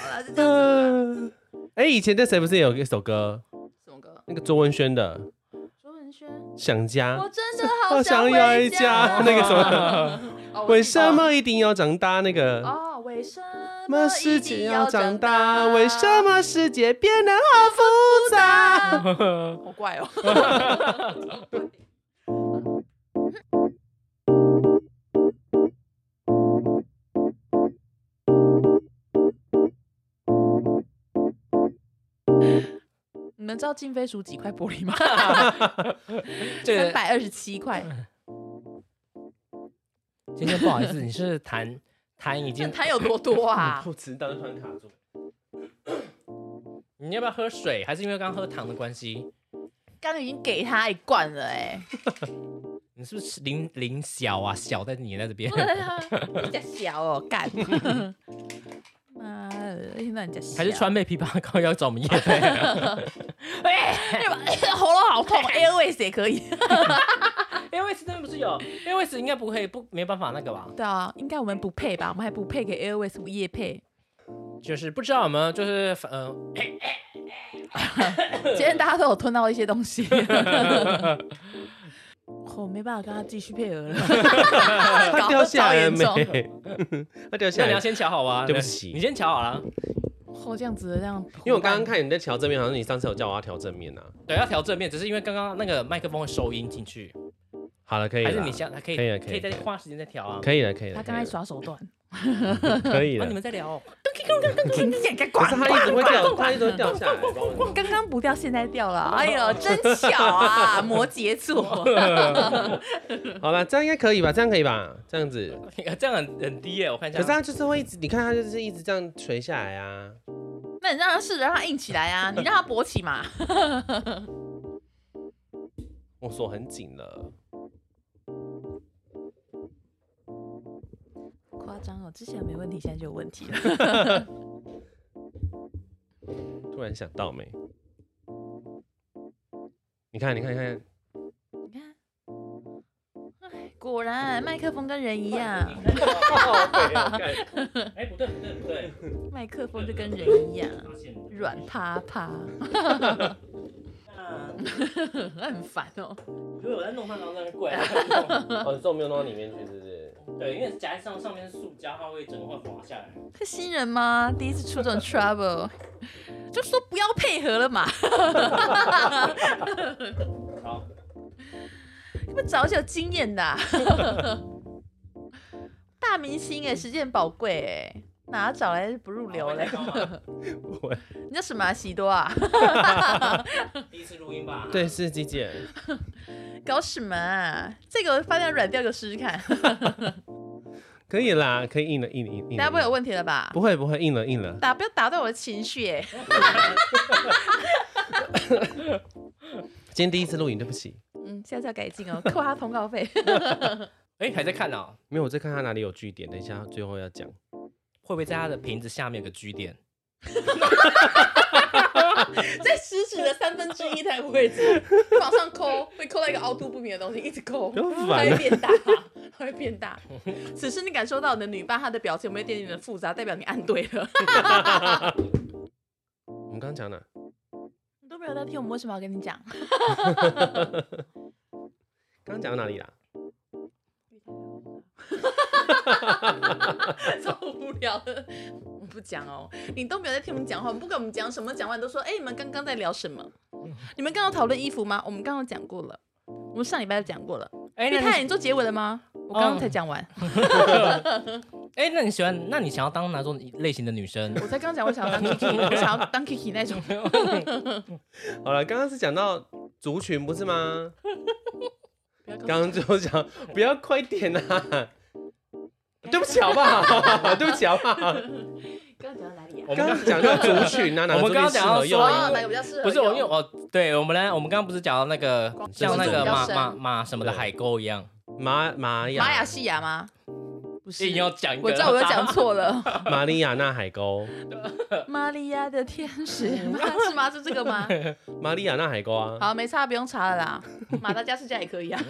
Speaker 1: 好了，就这样子了啦。
Speaker 2: 嗯哎，以前在谁不是有一首歌，
Speaker 1: 什么歌？
Speaker 2: 那个周文萱的《
Speaker 1: 卓文萱。
Speaker 2: 想家
Speaker 1: 我》，真的好
Speaker 2: 好
Speaker 1: 想
Speaker 2: 想要
Speaker 1: 回
Speaker 2: 一家，那个什么，
Speaker 1: 哦
Speaker 2: 为什？么一定要长大？那个
Speaker 1: 我。哦，为什
Speaker 2: 为什么
Speaker 1: 么
Speaker 2: 世
Speaker 1: 世
Speaker 2: 界
Speaker 1: 界
Speaker 2: 要
Speaker 1: 要
Speaker 2: 长
Speaker 1: 长大？
Speaker 2: 大？为什？么世界变得好复杂？
Speaker 1: 好怪哦。 <laughs> 你们知道静飞鼠几块玻璃吗？
Speaker 3: <laughs> 这
Speaker 1: 三
Speaker 3: 个
Speaker 1: 百二十七块，
Speaker 3: 嗯今天不好意思，你是
Speaker 1: <laughs>
Speaker 3: 弹弹已
Speaker 1: 这
Speaker 3: 经，
Speaker 1: 痰有多多
Speaker 3: <laughs>
Speaker 1: 啊？
Speaker 2: 不知道，突然卡住。
Speaker 3: 你要不要喝水？还是因为刚刚喝糖的关系？
Speaker 1: 刚刚已经给他一罐了哎、
Speaker 3: 你是不是零零小啊？小在你在这边
Speaker 1: 不，能啊，你家小哦，干！妈的，一天到晚家小，
Speaker 3: <laughs> 还是川贝枇杷膏要找我们叶配？
Speaker 1: 哎呦？ <laughs> 喉咙好
Speaker 3: <laughs>
Speaker 1: 痛，airways 也可以。
Speaker 3: 因为是真的不是有，因为是应该不会不没办法那个吧？
Speaker 1: 对啊，应该我们不配吧？我们还不配给 airways 物业
Speaker 2: <laughs>
Speaker 1: 配。
Speaker 3: 就是不知道有没有，就是呃，
Speaker 1: 今天大家都有吞到一些东西。 <laughs> 我没办法跟他继续配合了，
Speaker 2: 它掉下来了
Speaker 1: 搞得超严重
Speaker 2: 没？它掉
Speaker 3: 那
Speaker 2: 下
Speaker 3: 你
Speaker 2: 来
Speaker 3: 要。先瞧好啊。
Speaker 2: 对不起
Speaker 3: 你先瞧好啊了。
Speaker 1: 我哦这样子这样，
Speaker 2: <laughs> 因为我刚刚看你在调正面，好像你上次有叫我要调正面啊。
Speaker 3: 对，要调正面，只是因为刚刚那个麦克风会收音进去，
Speaker 2: 好了，可以
Speaker 3: 还
Speaker 2: 了。
Speaker 3: 是你想可以
Speaker 2: 可以了
Speaker 3: 可以
Speaker 2: 可
Speaker 3: 再
Speaker 2: 以
Speaker 3: 花时间再调啊。
Speaker 2: 可以了，可以了。
Speaker 1: 他刚才
Speaker 2: 可以了
Speaker 1: 耍手段，
Speaker 2: <laughs> 可以
Speaker 3: 啊，你
Speaker 2: 了。
Speaker 3: 们再聊 <laughs> 哦。
Speaker 1: 你你给
Speaker 2: 可
Speaker 1: 管
Speaker 2: 是它一直会掉，它一直
Speaker 1: 管
Speaker 2: 会掉下来。
Speaker 1: 刚刚不掉，现在掉了，哎呦，真巧啊，摩羯
Speaker 2: <laughs>
Speaker 1: 座。
Speaker 2: 好了，这样应该可以吧？这样可以吧？这样子。
Speaker 3: 这样很很低耶，我看一下。
Speaker 2: 可
Speaker 3: <laughs>
Speaker 2: 是它就是会一直，你看它就是一直这样垂下来啊。
Speaker 1: 那你让他试着让他硬起来啊，你让他勃起嘛。
Speaker 2: 我锁很紧了。
Speaker 1: 夸张哦，之前没问题，现在就有问题了。
Speaker 2: 突然想到没？你看，你看，你看，
Speaker 1: 你看，哎，果然麦克风跟人一样，
Speaker 3: 哎，不对不对不对，
Speaker 1: 麦克风就跟人一样，
Speaker 3: 发现了
Speaker 1: 软趴趴， <laughs>
Speaker 3: 啊
Speaker 1: 很烦哦。
Speaker 3: 因为我在弄它，然后在那边跪。
Speaker 2: <laughs> 哦，这我没有弄到里面去，是不是？
Speaker 3: 对，因为夹在上上面是塑胶，它会整个会滑下来。
Speaker 1: 是新人吗？第一次出这种 trouble，就 <laughs> 说不要配合了 <laughs> 嘛，
Speaker 3: 好，
Speaker 1: 你们找一些有经验的啊、 <laughs> 大明星哎、时间宝贵哎，哪找来不入流嘞？
Speaker 2: 不会，
Speaker 1: 你叫什么、啊、喜多啊？
Speaker 3: 第一次录音吧？
Speaker 2: 对，，是机器人。
Speaker 1: 搞什么、啊？这个我发现软掉，给我试试看，
Speaker 2: 可以啦，可以硬了，硬了，硬了硬了。
Speaker 1: 大家不会有问题了吧？
Speaker 2: 不会，不会，硬了，硬了。
Speaker 1: 打不要打断我的情绪哎。
Speaker 2: 今天第一次录影，对不起。
Speaker 1: 嗯，下次要改进哦，扣他通告费。
Speaker 3: 哎，还在看呢，
Speaker 2: 没有，我在看他哪里有据点，等一下最后要讲。
Speaker 3: 会不会在它的瓶子下面有个 G 点？
Speaker 1: <laughs> 在食指的三分之一那个位置，往上抠，会抠到一个凹凸不平的东西，一直抠，
Speaker 2: 不要烦
Speaker 1: 它会变大， <laughs> 它会变大。此时你感受到你的女伴她的表情有没有一点点的复杂，代表你按对了。 <laughs>
Speaker 2: 我们刚刚讲哪？
Speaker 1: <laughs> 你都没有在听，我们为什么要跟你讲？
Speaker 2: 刚刚讲到哪里啦？
Speaker 1: 超无聊的，我不讲哦，你都没有在听我们讲话，不管我们讲什么，讲完都说，哎、你们刚刚在聊什么？你们刚刚讨论衣服吗？我们刚刚讲过了，我们上礼拜就讲过了。
Speaker 3: 哎、
Speaker 1: 你
Speaker 3: 那
Speaker 1: 看，
Speaker 3: 你
Speaker 1: 你做结尾了吗？我刚刚才讲完，
Speaker 3: 哎、那你喜欢？那你想要当哪种类型的女生？ <laughs>
Speaker 1: 我才刚讲，我想要当 Kiki，我想要当 Kiki 那种。
Speaker 2: 好了，刚刚是讲到族群不是吗？
Speaker 1: <laughs> 不要告诉
Speaker 2: 刚刚就讲不要快点啊！对不起好不 <laughs> 好？对不起好不好？
Speaker 1: 刚刚讲到哪里啊？
Speaker 3: 我
Speaker 2: 刚
Speaker 3: 们
Speaker 2: 刚讲到族群啊，哪个
Speaker 3: 我们
Speaker 2: 族群
Speaker 3: 刚刚
Speaker 2: 适
Speaker 3: 讲到
Speaker 2: 合用啊？
Speaker 1: 哦，哪个比较适合用？
Speaker 3: 不是我，因为我对我们来，我们刚刚不是讲到那个像那个
Speaker 1: 比较
Speaker 3: 马
Speaker 1: 深
Speaker 3: 马马什么的
Speaker 2: 对
Speaker 3: 海沟一样，
Speaker 2: 玛玛雅
Speaker 1: 玛雅西亚吗？不是
Speaker 3: 一，定要讲一个。
Speaker 1: 我知道我又
Speaker 3: <laughs>
Speaker 1: 讲错了。
Speaker 2: 玛利亚纳海沟，
Speaker 1: 玛利亚的天使 <laughs> 是吗？是这个
Speaker 3: <laughs>
Speaker 1: 吗？
Speaker 2: 玛利亚纳海沟啊。
Speaker 1: 好，没差，不用查了啦。马达加斯加也可以啊。